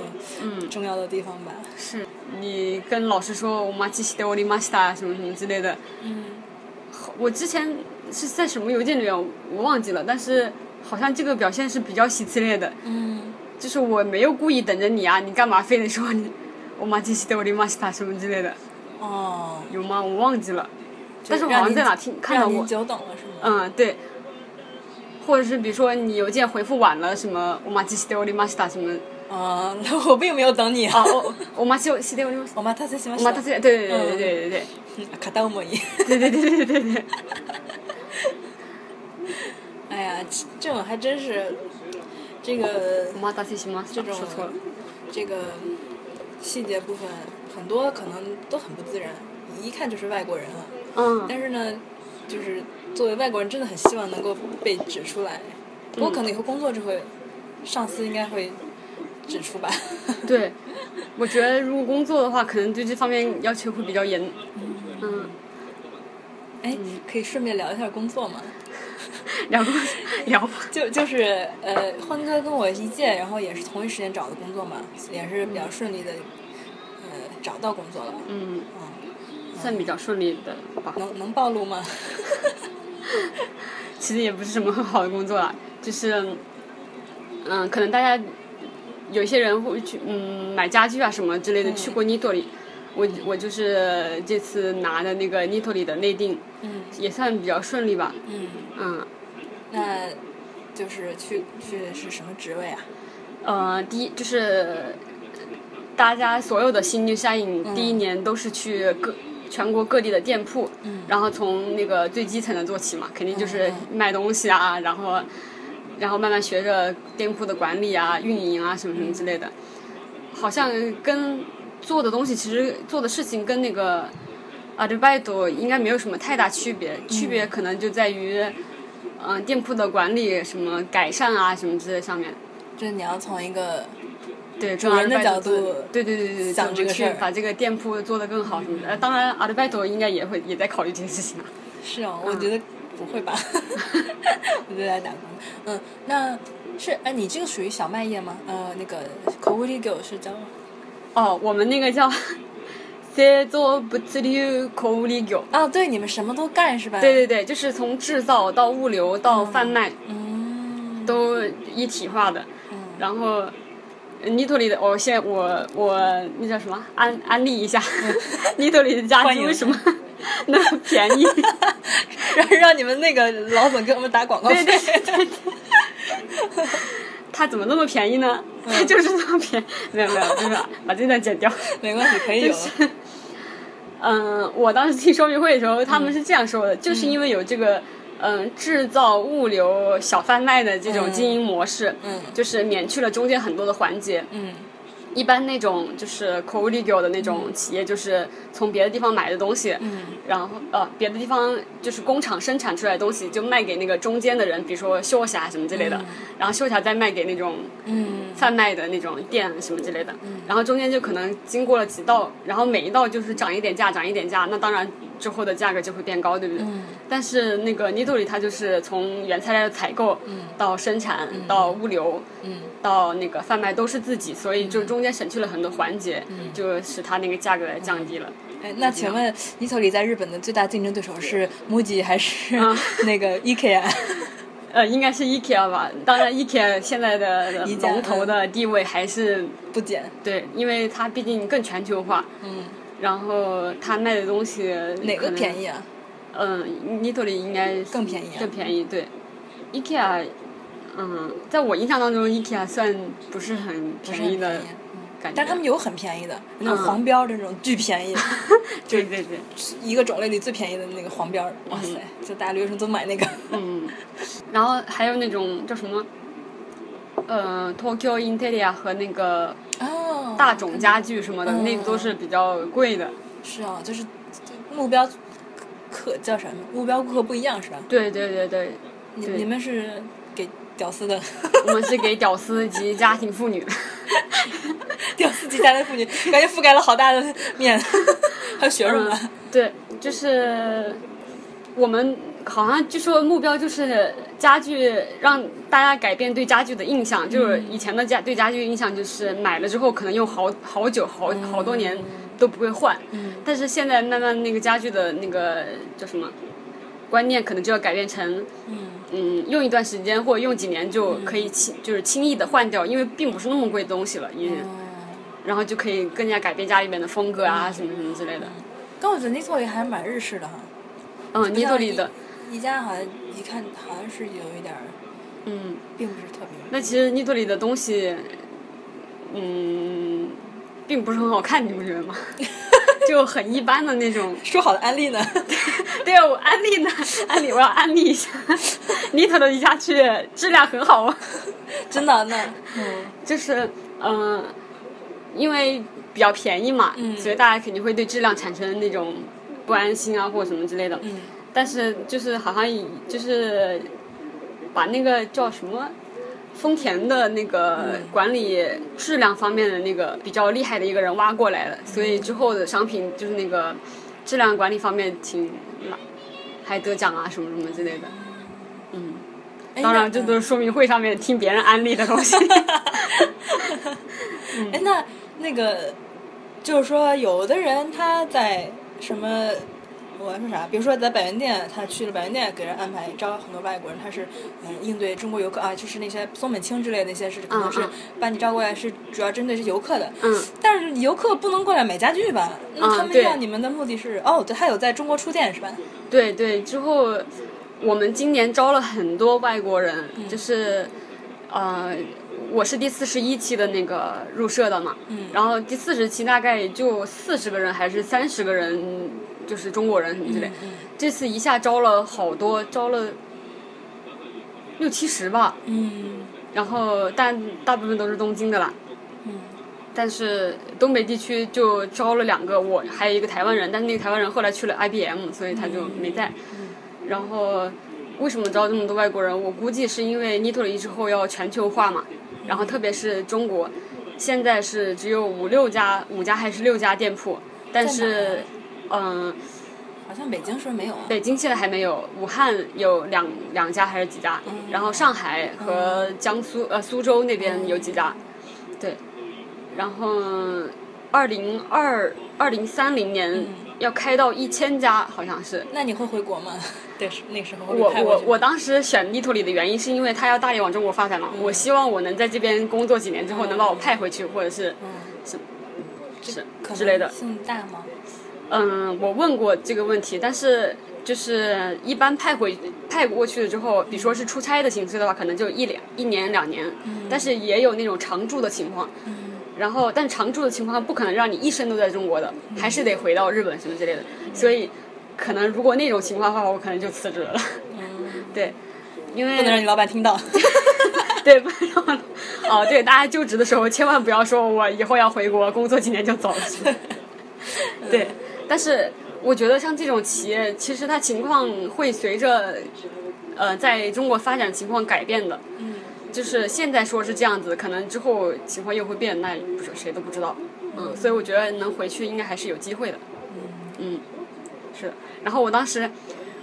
Speaker 3: 重要的地方吧。
Speaker 2: 是你跟老师说我妈去西德我的马西达什么什么之类的。
Speaker 3: 嗯，
Speaker 2: 我之前是在什么邮件里面我忘记了，但是好像这个表现是比较喜次类的。
Speaker 3: 嗯，
Speaker 2: 就是我没有故意等着你啊，你干嘛非得说你我妈这西德我的马西达什么之类的？
Speaker 3: 哦，
Speaker 2: 有吗？我忘记了，
Speaker 3: 就
Speaker 2: 但是我好
Speaker 3: 让
Speaker 2: 像
Speaker 3: 您
Speaker 2: 在哪听看到
Speaker 3: 让您
Speaker 2: 过。
Speaker 3: 久等了是吗？
Speaker 2: 嗯，对。或者是比如说你邮件回复晚了，什么我妈这西德我的马西达什么
Speaker 3: 啊， (laughs) 我并没有等你
Speaker 2: 啊，
Speaker 3: 啊。
Speaker 2: 我我妈西西德我的马西达
Speaker 3: 我妈她才喜欢嗯
Speaker 2: 我妈她这对对对对对对对。
Speaker 3: 卡达莫伊。
Speaker 2: (laughs) 对对对对对对，
Speaker 3: (laughs) 哎呀，这这种还真是这个
Speaker 2: 我妈打起什么？
Speaker 3: 这种
Speaker 2: 说错了。
Speaker 3: 这个细节部分，很多可能都很不自然，一看就是外国人了。
Speaker 2: 嗯，
Speaker 3: 但是呢，就是作为外国人，真的很希望能够被指出来。不过可能以后工作就会，上司应该会指出吧。 (laughs)
Speaker 2: 对，我觉得如果工作的话，可能对这方面要求会比较严。嗯，
Speaker 3: 哎，可以顺便聊一下工作吗？
Speaker 2: 聊吧 (laughs) 聊吧。
Speaker 3: 就就是呃，欢哥跟我一届，然后也是同一时间找的工作嘛，也是比较顺利的，呃，找到工作了。
Speaker 2: 嗯，算比较顺利的吧。
Speaker 3: 能能暴露吗？
Speaker 2: 其实也不是什么很好的工作啦，就是，嗯，可能大家有一些人会去嗯买家具啊什么之类的，去过 Nitori。我我就是这次拿的那个 Nitori 的内定，
Speaker 3: 嗯
Speaker 2: 也算比较顺利吧。
Speaker 3: (laughs) 嗯，
Speaker 2: 嗯，
Speaker 3: 那就是去去是什么职位啊？
Speaker 2: 呃，第一就是大家所有的新剧上映第一年都是去各。全国各地的店铺，然后从那个最基层的做起嘛，肯定就是卖东西啊，然后，然后慢慢学着店铺的管理啊、运营啊什么什么之类的，好像跟做的东西其实做的事情跟那个阿德拜多应该没有什么太大区别，区别可能就在于，嗯、店铺的管理什么改善啊什么之类上面。
Speaker 3: 就是你要从一个
Speaker 2: 对，
Speaker 3: 主人的
Speaker 2: 从 Artibato
Speaker 3: 角度
Speaker 2: 对对对对对，
Speaker 3: 想
Speaker 2: 怎
Speaker 3: 这
Speaker 2: 么
Speaker 3: 个
Speaker 2: 去
Speaker 3: 事儿
Speaker 2: 把这个店铺做得更好什么的。呃，当然 a r b i t o 应该也会也在考虑这件事情啊。
Speaker 3: 是哦，我觉得不会
Speaker 2: (laughs)
Speaker 3: 吧，我就来打工。嗯，那是哎，你这个属于小麦业吗？呃，那个 k o w i l i g o 是叫
Speaker 2: 哦，我们那个叫 (laughs) 制作物流小売業。
Speaker 3: 啊，对，你们什么都干是吧？
Speaker 2: 对，对对，就是从制造到物流到贩卖
Speaker 3: 嗯，
Speaker 2: 都一体化的。
Speaker 3: 嗯
Speaker 2: 然后，尼托里的，我、现在我我那叫什么？安安利一下， (laughs) 尼托里的家
Speaker 3: 嗯欢
Speaker 2: 具
Speaker 3: 迎
Speaker 2: 为什么 (laughs) 那么便宜？
Speaker 3: 让让你们那个老总给我们打广告费。
Speaker 2: 对对对对，它怎么那么便宜呢？
Speaker 3: 嗯
Speaker 2: 它 (laughs) 就是那么便宜，没有没有， (laughs) 就是把这段剪
Speaker 3: (laughs)
Speaker 2: 掉。
Speaker 3: 没关系，可以有。
Speaker 2: 嗯，我当时听说明会的时候，他们是这样说的，
Speaker 3: 嗯
Speaker 2: 就是因为有这个嗯制造、物流、小贩卖的这种
Speaker 3: 嗯
Speaker 2: 经营模式，
Speaker 3: 嗯
Speaker 2: 就是免去了中间很多的环节。
Speaker 3: 嗯
Speaker 2: 一般那种就是 c o l l e g i o 的那种企业，就是从别的地方买的东西，
Speaker 3: 嗯
Speaker 2: 然后呃别的地方就是工厂生产出来的东西，就卖给那个中间的人，比如说秀霞什么之类的，然后秀霞再卖给那种
Speaker 3: 嗯
Speaker 2: 贩卖的那种店什么之类的，然后中间就可能经过了几道，然后每一道就是涨一点价，涨一点价，那当然之后的价格就会变高，对不对？
Speaker 3: 嗯
Speaker 2: 但是那个 Nido 里它就是从原材料的采购到生产、到物流、
Speaker 3: 嗯
Speaker 2: 到那个贩卖都是自己，所以就中间省去了很多环节，
Speaker 3: 嗯
Speaker 2: 就使它那个价格降低了。
Speaker 3: 哎，那请问尼托里在日本的最大竞争对手是 MUJI 还是
Speaker 2: 啊
Speaker 3: 那个 IKEA？
Speaker 2: 呃，应该是 IKEA 吧，当然 IKEA 现
Speaker 3: (laughs)
Speaker 2: 在的
Speaker 3: 宜家
Speaker 2: 龙头的地位还是
Speaker 3: 不减，
Speaker 2: 对，因为它毕竟更全球化，
Speaker 3: 嗯，
Speaker 2: 然后它卖的东西
Speaker 3: 哪个便
Speaker 2: 宜？
Speaker 3: 宜啊？
Speaker 2: 嗯，尼托里应该是
Speaker 3: 更便宜啊
Speaker 2: 更便宜。对，IKEA，嗯，在我印象当中，IKEA 算不是很
Speaker 3: 不是很
Speaker 2: 便宜的
Speaker 3: 便宜嗯
Speaker 2: 感觉。
Speaker 3: 但他们有很便宜的，那种
Speaker 2: 嗯
Speaker 3: 黄标的那种巨便宜，
Speaker 2: 对对对，
Speaker 3: 一个种类里最便宜的那个黄标，哇塞，就大家留学生都买那个。
Speaker 2: 嗯，然后还有那种叫什么，呃，Tokyo Interior 和那个
Speaker 3: (laughs) 哦，
Speaker 2: 大种家具什么的，
Speaker 3: 嗯
Speaker 2: 那个都是比较贵的。
Speaker 3: 是啊，就是目标客叫什么？目标顾客不一样是吧？
Speaker 2: 对对对对，
Speaker 3: 你
Speaker 2: 对
Speaker 3: 你们是给屌丝的， (laughs)
Speaker 2: 我们是给屌丝及家庭妇女。
Speaker 3: 屌丝级家的妇女， (laughs) 感觉覆盖了好大的面， (laughs) 还有学生们。
Speaker 2: 对，就是我们好像据说目标就是家具，让大家改变对家具的印象。就是以前的家对家具印象就是买了之后可能用好好久、好好多年都不会换。但是现在慢慢那个家具的那个叫什么观念，可能就要改变成。
Speaker 3: 嗯
Speaker 2: 嗯，用一段时间或者用几年就可以轻，就是轻易的换掉，因为并不是那么贵的东西了，也，
Speaker 3: 嗯哦
Speaker 2: 然后就可以更加改变家里面的风格啊，什么什么之类的。
Speaker 3: 但我觉得那座里还是蛮日式的哈，
Speaker 2: 嗯，尼托里的，
Speaker 3: 宜家好像一看好像是有一点儿，
Speaker 2: 嗯，
Speaker 3: 并不是特别。
Speaker 2: 那其实尼托里的东西，嗯，并不是很好看，你不觉得 (laughs) 吗？就很一般的那种。
Speaker 3: 说好的安利呢？
Speaker 2: 对，啊我安利呢，安利，我要安利一下， (laughs) 尼托的一家具质量很好哦，
Speaker 3: (laughs) 真的呢？嗯
Speaker 2: 就是嗯、呃因为比较便宜嘛，
Speaker 3: 嗯
Speaker 2: 所以大家肯定会对质量产生那种不安心啊，或者什么之类的。
Speaker 3: 嗯
Speaker 2: 但是就是好像以就是把那个叫什么丰田的那个
Speaker 3: 嗯
Speaker 2: 管理质量方面的那个比较厉害的一个人挖过来了，
Speaker 3: 嗯
Speaker 2: 所以之后的商品就是那个质量管理方面挺还得奖啊什么什么之类的。嗯，
Speaker 3: 哎
Speaker 2: 当
Speaker 3: 那
Speaker 2: 然这
Speaker 3: 嗯
Speaker 2: 都是说明会上面听别人安利的
Speaker 3: (laughs)
Speaker 2: 东西。
Speaker 3: 哎，那那个就是说，有的人他在什么，我说啥？比如说在百元店，他去了百元店，给人安排招很多外国人，他是嗯应对中国游客啊，就是那些松本清之类的那些是可能是
Speaker 2: 嗯
Speaker 3: 把你招过来是主要针对是游客的。
Speaker 2: 嗯
Speaker 3: 但是游客不能过来买家具吧？那
Speaker 2: 嗯
Speaker 3: 他们
Speaker 2: 对
Speaker 3: 要你们的目的是、哦，对，他有在中国出店是吧？
Speaker 2: 对对，之后我们今年招了很多外国人，
Speaker 3: 嗯
Speaker 2: 就是呃，我是第四十一期的那个入社的嘛，
Speaker 3: 嗯
Speaker 2: 然后第四十期大概也就四十个人还是三十个人，就是中国人什么之类。
Speaker 3: 嗯
Speaker 2: 这次一下招了好多，招了六七十吧，
Speaker 3: 嗯
Speaker 2: 然后但大部分都是东京的啦。
Speaker 3: 嗯
Speaker 2: 但是东北地区就招了两个，我还有一个台湾人，但是那个台湾人后来去了 IBM，所以他就没在。
Speaker 3: 嗯
Speaker 2: 然后为什么招这么多外
Speaker 3: 嗯
Speaker 2: 国人？我估计是因为 n i t o 之后要全球化嘛，然后特别是中国，现在是只有五六家、五家还是六家店铺，但
Speaker 3: 在哪
Speaker 2: 是
Speaker 3: 儿，啊
Speaker 2: 嗯，
Speaker 3: 好像北京是不是没有啊？
Speaker 2: 北京现在还没有，武汉有两两家还是几
Speaker 3: 嗯
Speaker 2: 家，然后上海和江苏呃苏州那边有几家，
Speaker 3: 嗯
Speaker 2: 对，然后二零二二零三零
Speaker 3: 嗯
Speaker 2: 年要开到一千家，好像是。
Speaker 3: 那你会回国吗？对，是那时候
Speaker 2: 我
Speaker 3: 派过
Speaker 2: 我
Speaker 3: 去
Speaker 2: 我当时选利托里的原因是因为他要大力往中国发展嘛，我希望我能在这边工作几年之后能把我派回去，或者是是是
Speaker 3: 嗯可
Speaker 2: 之类的
Speaker 3: 能。性大吗？
Speaker 2: 嗯，我问过这个问题，但是就是一般派回派过去了之后，比如说是出差的形式的话，可能就一两一年两年，
Speaker 3: 嗯
Speaker 2: 但是也有那种常住的情况。然后，但常住的情况不可能让你一生都在中国的，
Speaker 3: 嗯
Speaker 2: 还是得回到日本什么之类的。所以，可能如果那种情况的话，我可能就辞职了。 (laughs) 对，因为
Speaker 3: 嗯不能让你老板听 (laughs) 到。
Speaker 2: (laughs) 对，不要了。哦，对，大家就职的时候千万不要说我以后要回国工作几年就走了。对，但是我觉得像这种企业，其实它情况会随着呃在中国发展情况改变的。嗯。就是现在说是这样子，可能之后情况又会变，那不是谁都不知道。嗯，所以我觉得能回去应该还是有机会的。嗯，是。然后我当时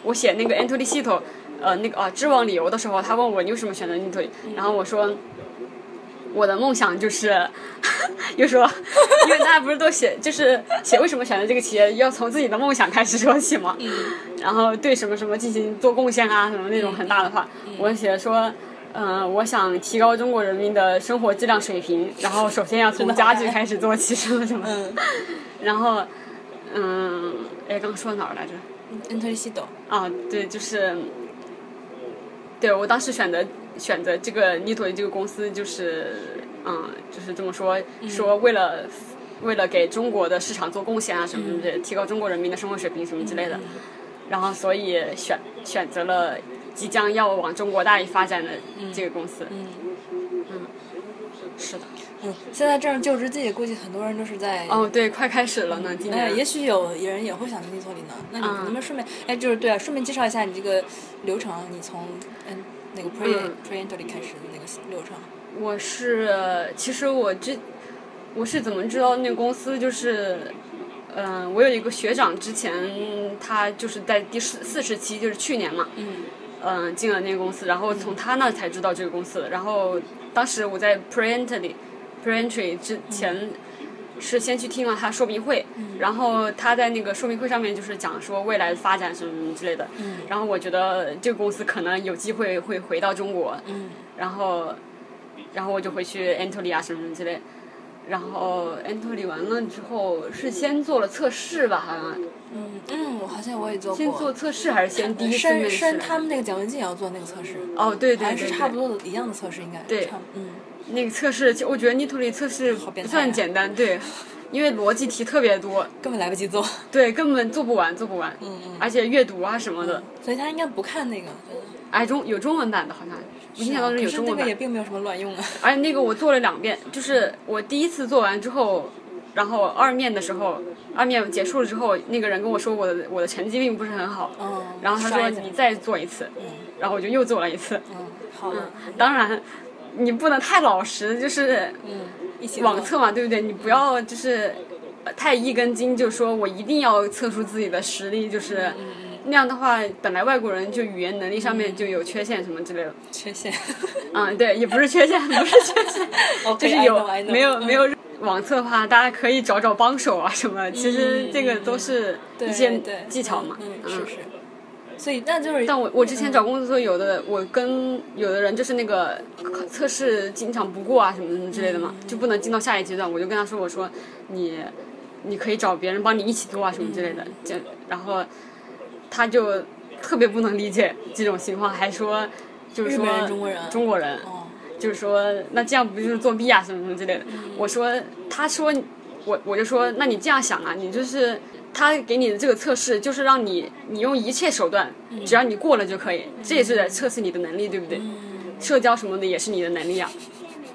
Speaker 2: 我写那个 e n t o d y c i t o 呃，那个啊，知网理由的时候，他问我你为什么选择 e n t o d y 然后我说我的梦想就是， (laughs) 又说，因为大家不是都写就是写为什么选择这个企业，要从自己的梦想开始说起嘛。然后对什么什么进行做贡献啊，什么那种很大的话，我写说。嗯、我想提高中国人民的生活质量水平，然后首先要从家具开始做起，什么什么。
Speaker 3: 嗯
Speaker 2: (laughs) 然后，嗯，哎，刚说哪儿来着？
Speaker 3: 恩特利西斗，
Speaker 2: 啊，对，就是，对我当时选择选择这个 n i t o 这个公司，就是，嗯，就是这么说，说为了、为了给中国的市场做贡献啊，什么什么之类的，提高中国人民的生活水平什么之
Speaker 3: 哎
Speaker 2: 类
Speaker 3: 嗯
Speaker 2: 的，然后所以选选择了即将要往中国大力发展的这个公司，嗯，是的，
Speaker 3: 嗯，现在正是就职季，估计很多人都是在。
Speaker 2: 哦，对，快开始了呢，今
Speaker 3: 哎，
Speaker 2: 年，
Speaker 3: 也许有人也会想去托里呢。那你
Speaker 2: 嗯
Speaker 3: 能不能顺便，哎，就是对啊，顺便介绍一下你这个流程啊，你从嗯那个 pre、
Speaker 2: 嗯
Speaker 3: pre entry 开始的那个流程。
Speaker 2: 我是，其实我这我是怎么知道那个公司就是，嗯、我有一个学长之前他就是在第四四十期，就是去年嘛，
Speaker 3: 嗯
Speaker 2: 嗯、进了那个公司，然后从他那才知道这个公司的。然后当时我在 pre entry pre entry 之
Speaker 3: 嗯
Speaker 2: 前是先去听了他说明会，然后他在那个说明会上面就是讲说未来的发展什么什么之类的，
Speaker 3: 嗯
Speaker 2: 然后我觉得这个公司可能有机会会回到中国，
Speaker 3: 嗯
Speaker 2: 然后，然后我就回去 a n t o l y 啊什么什么之类。然后 a n t o l y 完了之后是先做了测试吧，好像
Speaker 3: 嗯嗯，我好像我也做过。
Speaker 2: 先做测试还是先第一次面
Speaker 3: 申
Speaker 2: 试
Speaker 3: 申？他们那个蒋文静也要做那个测试。
Speaker 2: 哦，对
Speaker 3: 还
Speaker 2: 对对
Speaker 3: 是
Speaker 2: 对
Speaker 3: 差不多的一样的测试，应该
Speaker 2: 对
Speaker 3: 差不嗯，
Speaker 2: 那个测试，就我觉得 n i t o l y 测试
Speaker 3: 好变
Speaker 2: 不
Speaker 3: 态
Speaker 2: 算
Speaker 3: 啊
Speaker 2: 简单，对，因为逻辑题特别多，
Speaker 3: 根本来不及
Speaker 2: (laughs)
Speaker 3: 做，
Speaker 2: 对，根本做不完，做不完。嗯
Speaker 3: 嗯
Speaker 2: 而且阅读啊什么的，
Speaker 3: 所以他应该不看那个。对吧
Speaker 2: 哎中有中文版的，好像我印象当中有
Speaker 3: 可是
Speaker 2: 中
Speaker 3: 那
Speaker 2: 文
Speaker 3: 个
Speaker 2: 版
Speaker 3: 也。并没有什么卵用啊。
Speaker 2: 而且那个我做了两遍，就是我第一次做完之后，然后二面的时候，二面结束了之后，那个人跟我说我的我的成绩并不是很好，
Speaker 3: 嗯，
Speaker 2: (laughs) 然后他说
Speaker 3: 刷一下
Speaker 2: 你再做一次，然后我就又做了一次。
Speaker 3: 嗯，好了，
Speaker 2: 当然，你不能太老实，就是
Speaker 3: 嗯，一起
Speaker 2: 网
Speaker 3: 做
Speaker 2: 测嘛，对不对？你不要就是呃太一根筋，就说我一定要测出自己的实力，
Speaker 3: 嗯
Speaker 2: 就是那样的话，本来外国人就语言能力上面就有缺陷什么之类的。
Speaker 3: 缺 (laughs) 陷。
Speaker 2: 嗯，对，也不是缺陷，不是缺陷，就
Speaker 3: OK，
Speaker 2: 是
Speaker 3: 哦 I
Speaker 2: 有
Speaker 3: know, I know 嗯
Speaker 2: 没有没有网测的话，大家可以找找帮手啊什
Speaker 3: 嗯
Speaker 2: 么。其实这个都是
Speaker 3: 对
Speaker 2: 一些
Speaker 3: 对
Speaker 2: 技巧嘛。
Speaker 3: 嗯，嗯是是。嗯所以那就是，
Speaker 2: 但我我之前找工作的时候，有的我跟有的人就是那个考测试经常不过啊什么什么之类
Speaker 3: 嗯
Speaker 2: 的嘛，就不能进到下一阶段。我就跟他说，我说你你可以找别人帮你一起做啊什么之类的。
Speaker 3: 嗯
Speaker 2: 这然后他就特别不能理解这种情况，还说就是
Speaker 3: 日
Speaker 2: 说
Speaker 3: 本人中国人
Speaker 2: 中国人
Speaker 3: 哦，
Speaker 2: 就是说那这样不就是作弊啊什么什么之类的。我说，他说，我我就说，那你这样想啊，你就是他给你的这个测试，就是让你你用一切手段，只要你过了就可以，这也是在测试你的能力，对不对？社交什么的也是你的能力啊。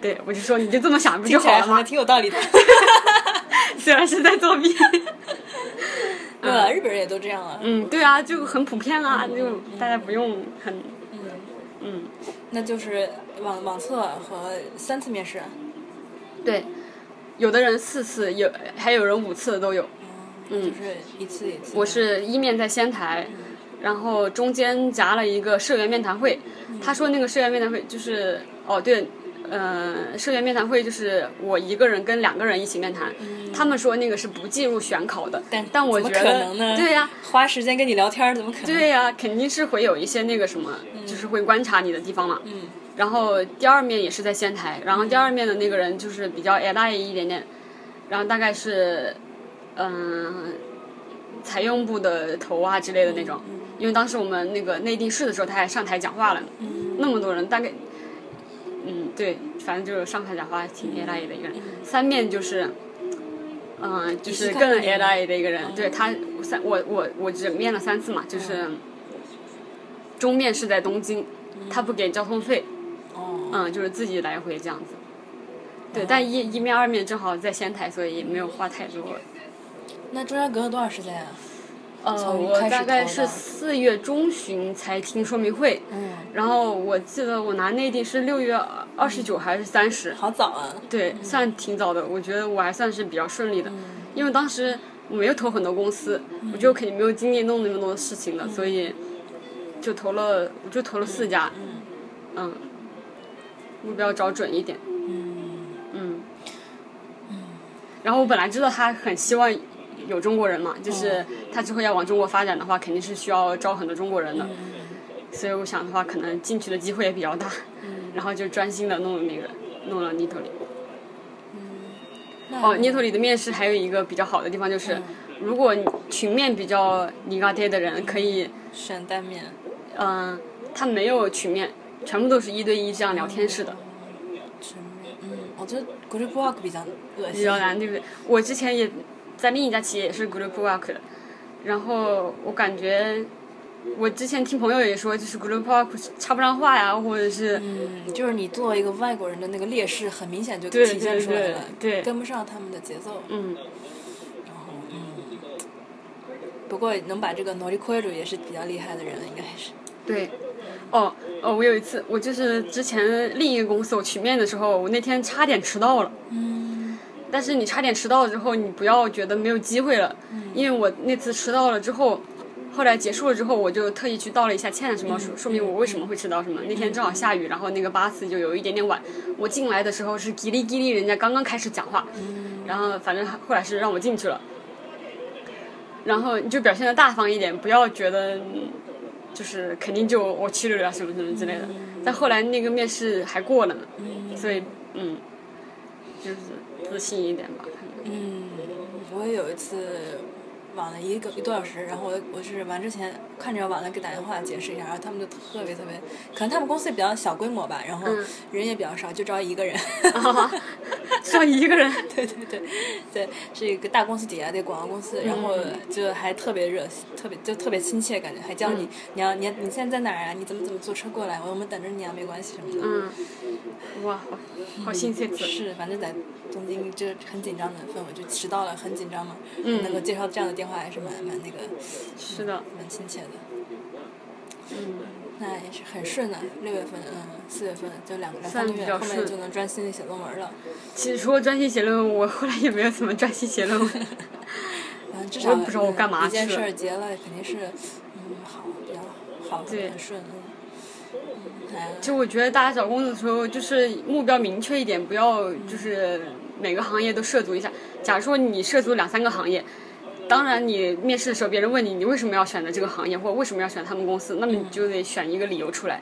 Speaker 2: 对，我就说你就这么想 (laughs) 不就
Speaker 3: 听起
Speaker 2: 好
Speaker 3: 来
Speaker 2: 了
Speaker 3: 好 (laughs) 像
Speaker 2: 吗？
Speaker 3: 挺有道
Speaker 2: (laughs)
Speaker 3: 理的。
Speaker 2: 虽然是在作弊。
Speaker 3: 对了，日本人也都这样啊。
Speaker 2: 嗯，对啊，就很普遍啊，就大家不用很
Speaker 3: 那就是网网测和三次面试。
Speaker 2: 对，有的人四次，有还有人五次的都有。
Speaker 3: 嗯，就是一次一次。
Speaker 2: 我是一面在仙台，然后中间夹了一个社员面谈会。他说那个社员面谈会就是哦对，呃，社员面谈会就是我一个人跟两个人一起面谈。他们说那个是不计入选考的，但我觉
Speaker 3: 嗯怎么可能
Speaker 2: 得
Speaker 3: 呢
Speaker 2: 对呀、
Speaker 3: 花时间跟你聊天儿，怎么可能？
Speaker 2: 对呀、肯定是会有一些那个什么，就是会观察你的地方嘛。嗯。然后第二面也是在仙台，然后第二面的那个人就是比较 a l 一点点，然后大概是，嗯、财用部的头啊之类的那种。
Speaker 3: 嗯
Speaker 2: 因为当时我们那个内定式的时候，他还上台讲话了，
Speaker 3: 嗯
Speaker 2: 那么多人，大概，嗯，对，反正就是上台讲话挺 a l 的一个人。三面就是。嗯，就是
Speaker 3: 看
Speaker 2: 更
Speaker 3: 过
Speaker 2: a
Speaker 3: 面
Speaker 2: l
Speaker 3: 吗
Speaker 2: i 的一个人，
Speaker 3: 哦
Speaker 2: 对他三我我我只面了三次嘛，就是。中面是在东京，
Speaker 3: 嗯
Speaker 2: 他不给交通费，
Speaker 3: 哦，
Speaker 2: 嗯，就是自己来回这样子。对，但一一面二面正好在仙台，所以也没有花太多。
Speaker 3: 那中间隔了多长时间呀、啊
Speaker 2: 呃，
Speaker 3: 从
Speaker 2: 我
Speaker 3: 哦开始
Speaker 2: 大概
Speaker 3: 投
Speaker 2: 是
Speaker 3: 的
Speaker 2: 四月中旬才听说明会，
Speaker 3: 嗯，
Speaker 2: 然后我记得我拿内定是六月二十
Speaker 3: 嗯
Speaker 2: 九还是三十，
Speaker 3: 好早啊。
Speaker 2: 对，算挺早的，我觉得我还算是比较顺利的，因为当时我没有投很多公司，我就肯定没有精力弄那么多事情了，所以就投了，我就投了四家，嗯，目标找准一点，嗯，然后我本来知道他很希望。有中国人嘛，就是他之后要往中国发展的话，肯定是需要招很多中国人的，所以我想的话，可能进去的机会也比较大，然后就专心的弄了那个，弄了 n i t o 里。
Speaker 3: 那
Speaker 2: 哦 n i t o 里的面试还有一个比较好的地方就是，如果你群面比较尼嘎爹的人，可以，
Speaker 3: 选单面，
Speaker 2: 嗯、他没有群面，全部都是一对一这样聊天式的，
Speaker 3: 全面。嗯，我觉得 group work 比较恶
Speaker 2: 比
Speaker 3: 心。
Speaker 2: 较难，对不对？我之前也在另一家企业也是 group work 的，然后我感觉。我之前听朋友也说，就是 group work 插不上话呀，或者是
Speaker 3: 嗯，就是你作为一个外国人的那个劣势，很明显就
Speaker 2: 对
Speaker 3: 体现出来了，
Speaker 2: 对对对
Speaker 3: 跟不上他们的节奏。嗯
Speaker 2: 嗯，
Speaker 3: 不过能把这个挪力亏住也是比较厉害的人了，应该是。
Speaker 2: 对，哦哦，我有一次，我就是之前另一个公司我群面的时候，我那天差点迟到了。
Speaker 3: 嗯
Speaker 2: 但是你差点迟到了之后，你不要觉得没有机会了，因为我那次迟到了之后，后来结束了之后，我就特意去道了一下歉，什么说说明我为什么会迟到什么。那天正好下雨，然后那个巴士就有一点点晚，我进来的时候是叽哩叽哩，人家刚刚开始讲话，然后反正后来是让我进去了。然后你就表现的大方一点，不要觉得嗯就是肯定就我去了什么什么之类的。但后来那个面试还过了呢，所以嗯，就是自信一点吧。可能
Speaker 3: 嗯，我也有一次晚了一个一个多小时，然后我我是完之前看着晚了给打电话解释一下，然后他们就特别特别，可能他们公司比较小规模吧，然后
Speaker 2: 嗯
Speaker 3: 人也比较少，就招一个人。
Speaker 2: 只有一个人，
Speaker 3: 对对对，对，是一个大公司底下的广告公司，然后
Speaker 2: 嗯
Speaker 3: 就还特别热心，特别就特别亲切，感觉还叫
Speaker 2: 嗯
Speaker 3: 你，你要你你现在在哪儿啊？你怎么怎么坐车过来？我们等着你啊，没关系什么的。
Speaker 2: 嗯，哇，好好新鲜词。
Speaker 3: 是，反正在东京就是很紧张的氛围，就迟到了很紧张嘛。
Speaker 2: 嗯
Speaker 3: 能够接到这样的电话还是蛮蛮那个
Speaker 2: 是的，
Speaker 3: 蛮亲切的，
Speaker 2: 嗯，
Speaker 3: 那也是很顺的。六月份，嗯，四月份就两个两
Speaker 2: 算
Speaker 3: 三个
Speaker 2: 比
Speaker 3: 月，
Speaker 2: 较
Speaker 3: 后面
Speaker 2: 顺
Speaker 3: 就能专心的写论文了。
Speaker 2: 其实除了专心写论文，我后来也没有怎么专心写论文。
Speaker 3: 嗯，至
Speaker 2: 我
Speaker 3: 少
Speaker 2: 也不知道我干嘛
Speaker 3: 一件
Speaker 2: 去了
Speaker 3: 事儿结了，肯定是嗯好比较好，
Speaker 2: 对
Speaker 3: 很顺。嗯嗯，哎
Speaker 2: 就我觉得大家找工作的时候，就是目标明确一点，不要就是每个行业都涉足一下。假如说你涉足两三个行业，当然你面试的时候，别人问你你为什么要选择这个行业，或者为什么要选他们公司，那么你就得选一个理由出来。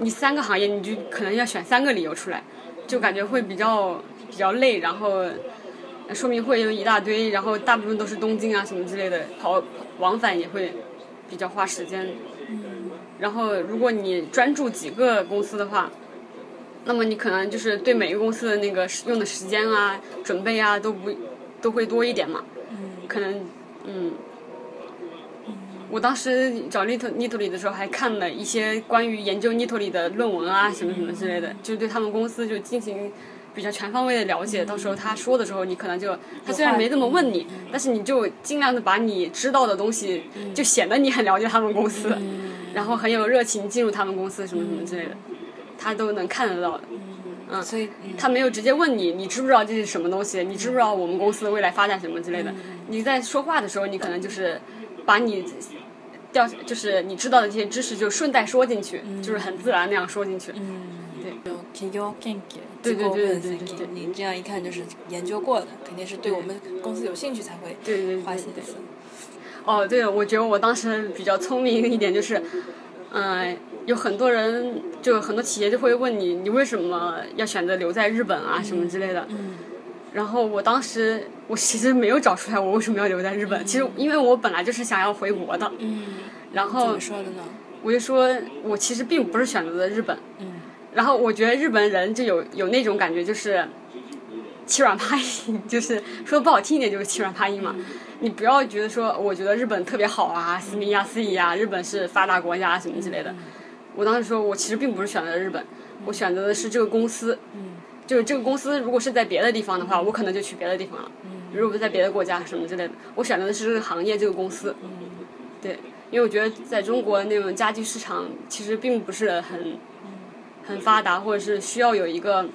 Speaker 2: 你三个行业，你就可能要选三个理由出来，就感觉会比较比较累，然后说明会有一大堆，然后大部分都是东京啊什么之类的，跑往返也会比较花时间。然后如果你专注几个公司的话，那么你可能就是对每个公司的那个时用的时间啊、准备啊都不都会多一点嘛。可能嗯。我当时找 Nito Nito 里的时候，还看了一些关于研究 Nito 里的论文啊，什么什么之类的，就对他们公司就进行比较全方位的了解。到时候他说的时候，你可能就他虽然没这么问你，但是你就尽量的把你知道的东西，就显得你很了解他们公司，然后很有热情进入他们公司什么什么之类的，他都能看得到的。嗯，
Speaker 3: 所以嗯
Speaker 2: 他没有直接问你，你知不知道这是什么东西？你知不知道我们公司的未来发展什么之类
Speaker 3: 嗯
Speaker 2: 的？你在说话的时候，你可能就是把你掉，就是你知道的这些知识就顺带说进去，
Speaker 3: 嗯
Speaker 2: 就是很自然那样说进去。
Speaker 3: 有企業研究
Speaker 2: 对对对对对对
Speaker 3: 您这样一看就是研究过的，肯定是对我们公司有兴趣才会
Speaker 2: 对对对
Speaker 3: 花心
Speaker 2: 对
Speaker 3: 思。
Speaker 2: 哦，对了，我觉得我当时比较聪明一点，就是，嗯、有很多人，就很多企业就会问你，你为什么要选择留在日本啊，什么之类的。
Speaker 3: 嗯
Speaker 2: 然后我当时，我其实没有找出来我为什么要留在日本。其实，因为我本来就是想要回国的，
Speaker 3: 嗯，
Speaker 2: 然
Speaker 3: 怎
Speaker 2: 后
Speaker 3: 么说的呢？
Speaker 2: 我就说，我其实并不是选择的日本。
Speaker 3: 嗯
Speaker 2: 然后我觉得日本人就有有那种感觉，就是欺软怕硬， (laughs) 就是说不好听一点就是欺软怕硬
Speaker 3: 嗯
Speaker 2: 嘛。你不要觉得说，我觉得日本特别好啊，斯密亚斯伊啊，日本是发达国家啊什么之类
Speaker 3: 嗯
Speaker 2: 的。我当时说，我其实并不是选择日本，我选择的是这个公司。
Speaker 3: 嗯
Speaker 2: 就是这个公司如果是在别的地方的话，我可能就去别的地方了。
Speaker 3: 嗯
Speaker 2: 如果不在别的国家什么之类的，我选择的是这个行业这个公司。
Speaker 3: 嗯
Speaker 2: 对，因为我觉得在中国那种家居市场其实并不是很很发达，或者是需要有一个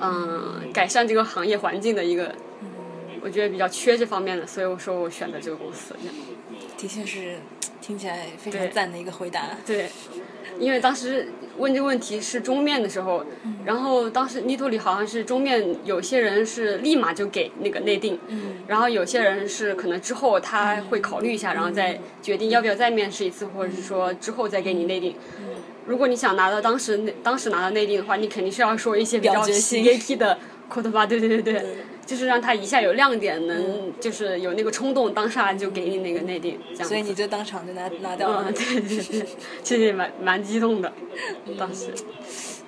Speaker 2: 嗯、改善这个行业环境的一个，我觉得比较缺这方面的，所以我说我选择这个公司。这样
Speaker 3: 的确是听起来非
Speaker 2: 对
Speaker 3: 常赞的一个回答。
Speaker 2: 对，因为当时问这个问题是中面的时候，然后当时泥土里好像是中面，有些人是立马就给那个内定，
Speaker 3: 嗯
Speaker 2: 然后有些人是可能之后他会考虑一下，然后再决定要不要再面试一次，或者是说之后再给你内定。如果你想拿到当时那当时拿到内定的话，你肯定 (laughs) 是要说一些比较
Speaker 3: 表决性
Speaker 2: c k 的 c o 吧，对对对对，就是让他一下有亮点，能就是有那个冲动，当下就给你那个内定，这样子。
Speaker 3: 所以你就当场就拿拿到了
Speaker 2: 嗯，，对对 (laughs) 对，其实也蛮蛮激动的，当时。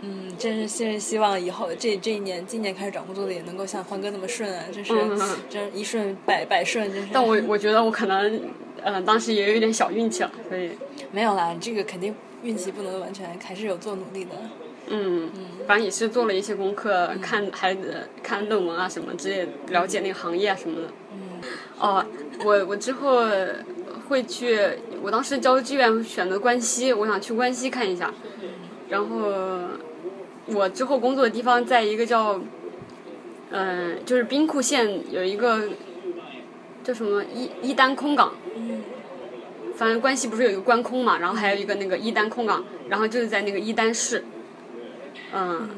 Speaker 3: 嗯，真是真是希望以后这这一年今年开始找工作的也能够像欢哥那么顺啊，真是
Speaker 2: 嗯嗯嗯
Speaker 3: 真一顺百百顺，真是。
Speaker 2: 但我我觉得我可能，嗯、当时也有一点小运气了，所以，
Speaker 3: 没有啦，这个肯定运气不能完全，还是有做努力的。
Speaker 2: 嗯，反正也是做了一些功课，看孩子看论文啊什么之类的，了解那个行业啊什么的。哦，我我之后会去，我当时交志愿选择关西，我想去关西看一下。然后我之后工作的地方在一个叫，嗯、就是兵库县有一个叫什么伊伊丹空港。反正关西不是有一个关空嘛，然后还有一个那个伊丹空港，然后就是在那个伊丹市，嗯，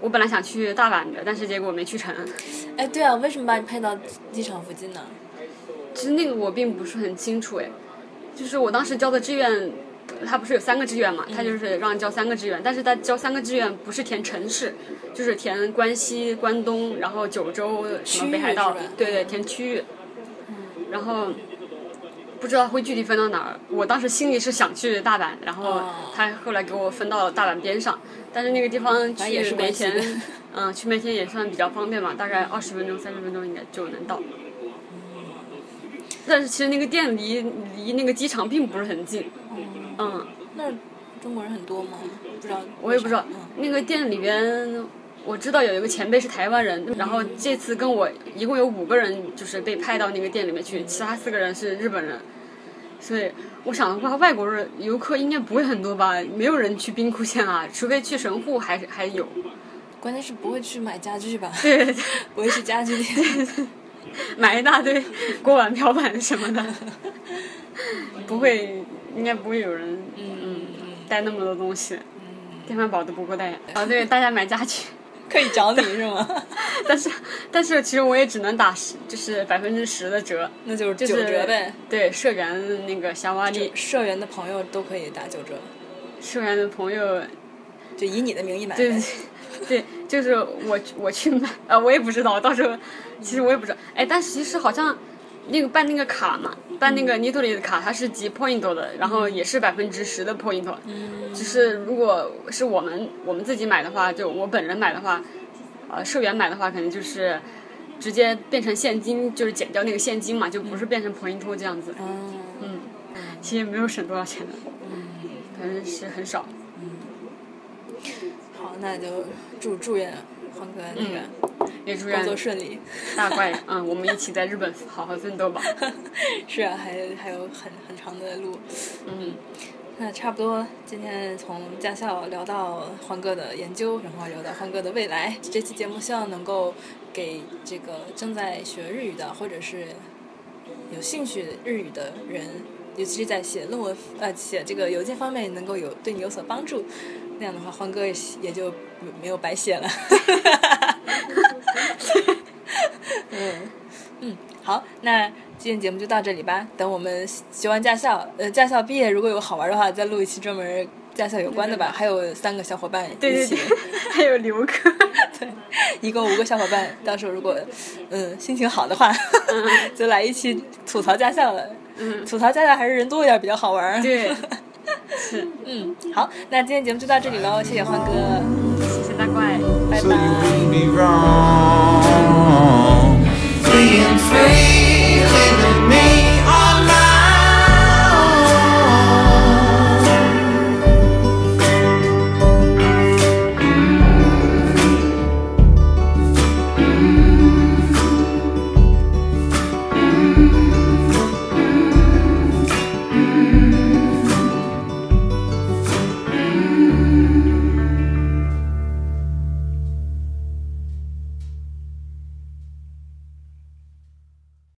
Speaker 2: 我本来想去大阪的，但是结果没去成。
Speaker 3: 哎，对啊，为什么把你派到机场附近呢？
Speaker 2: 其实那个我并不是很清楚哎，就是我当时交的志愿，他不是有三个志愿
Speaker 3: 嗯
Speaker 2: 嘛，他就是让你交三个志愿，但是他交三个志愿不是填城市，就是填关西、关东，然后九州、什么北海道
Speaker 3: 区域是吧，
Speaker 2: 对对，填区域，然后。不知道会具体分到哪儿。我当时心里是想去大阪，然后
Speaker 3: 哦
Speaker 2: 他后来给我分到了大阪边上，但是那个地方
Speaker 3: 正也
Speaker 2: 去
Speaker 3: 是
Speaker 2: 梅
Speaker 3: 关西的
Speaker 2: 田， (laughs) 嗯，去梅田也算比较方便嘛，大概二十分钟、三十分钟应该就能到。
Speaker 3: 嗯
Speaker 2: 但是其实那个店离离那个机场并不是很近，
Speaker 3: 哦
Speaker 2: 嗯，
Speaker 3: 那儿中国人很多吗？不知道，
Speaker 2: 我也不知道
Speaker 3: 嗯，
Speaker 2: 那个店里边。我知道有一个前辈是台湾人，然后这次跟我一共有五个人，就是被派到那个店里面去，其他四个人是日本人，所以我想的话，外国人游客应该不会很多吧？没有人去兵库县啊，除非去神户还是还有。
Speaker 3: 关键是不会去买家具吧？
Speaker 2: 对对对，
Speaker 3: (laughs) 不会去家具店。
Speaker 2: 买一大堆锅碗瓢盆什么的，不会，应该不会有人嗯带那么多东西，电饭煲都不够带。啊，对，大家买家具，
Speaker 3: 可以找你是吗？ (laughs)
Speaker 2: 但是但是其实我也只能打十，就是百分之十的折，
Speaker 3: 那就是
Speaker 2: 就
Speaker 3: 九
Speaker 2: 是
Speaker 3: 折呗。。
Speaker 2: 对，社员那个小瓦力，
Speaker 3: 社员的朋友都可以打九折，
Speaker 2: 社员的朋友，
Speaker 3: 就以你的名义买呗。
Speaker 2: 对对对， (laughs) 就是我我去买，呃，我也不知道，到时
Speaker 3: 嗯
Speaker 2: 候其实我也不知道，哎，但是其实好像那个办那个卡嘛，办那个
Speaker 3: 嗯
Speaker 2: n i t o l i 的卡，它是集 point 的，然后也是百分之十的 point，就是
Speaker 3: 嗯
Speaker 2: 如果是我们我们自己买的话，就我本人买的话，呃，社员买的话，可能就是。直接变成现金，就是减掉那个现金嘛，就不是变成 point 这样子，
Speaker 3: 嗯，
Speaker 2: 其实也没有省多少钱的，反正是很少。
Speaker 3: 好，那就祝祝愿欢哥那个
Speaker 2: 也嗯祝
Speaker 3: 工
Speaker 2: 愿
Speaker 3: 作顺利。
Speaker 2: 大
Speaker 3: (laughs)
Speaker 2: 怪，嗯，我们一起在日本好好奋斗吧。
Speaker 3: 是啊，还还有很很长的路。嗯，那差不多，今天从驾校聊到欢哥的研究，然后聊到欢哥的未来。这期节目希望能够给这个正在学日语的，或者是有兴趣日语的人，尤其是在写论文呃写这个邮件方面，能够有对你有所帮助。那样的话，欢哥也也就没有白写了。嗯嗯，好，那今天节目就到这里吧。等我们学完驾校，呃，驾校毕业如果有好玩的话，再录一期专门驾校有关的吧。还有三个小伙伴一起，
Speaker 2: 对对对，还有留课，
Speaker 3: 对，一共五个小伙伴。到时候如果嗯心情好的话， (laughs) 就来一期吐槽驾校了。
Speaker 2: 嗯，
Speaker 3: 吐槽驾校还是人多一点比较好玩儿。
Speaker 2: 对，是，
Speaker 3: 嗯，好，那今天节目就到这里喽，谢谢欢哥，
Speaker 2: 谢谢大怪。
Speaker 3: 拜
Speaker 1: So you
Speaker 3: 拜。
Speaker 1: can be wrong.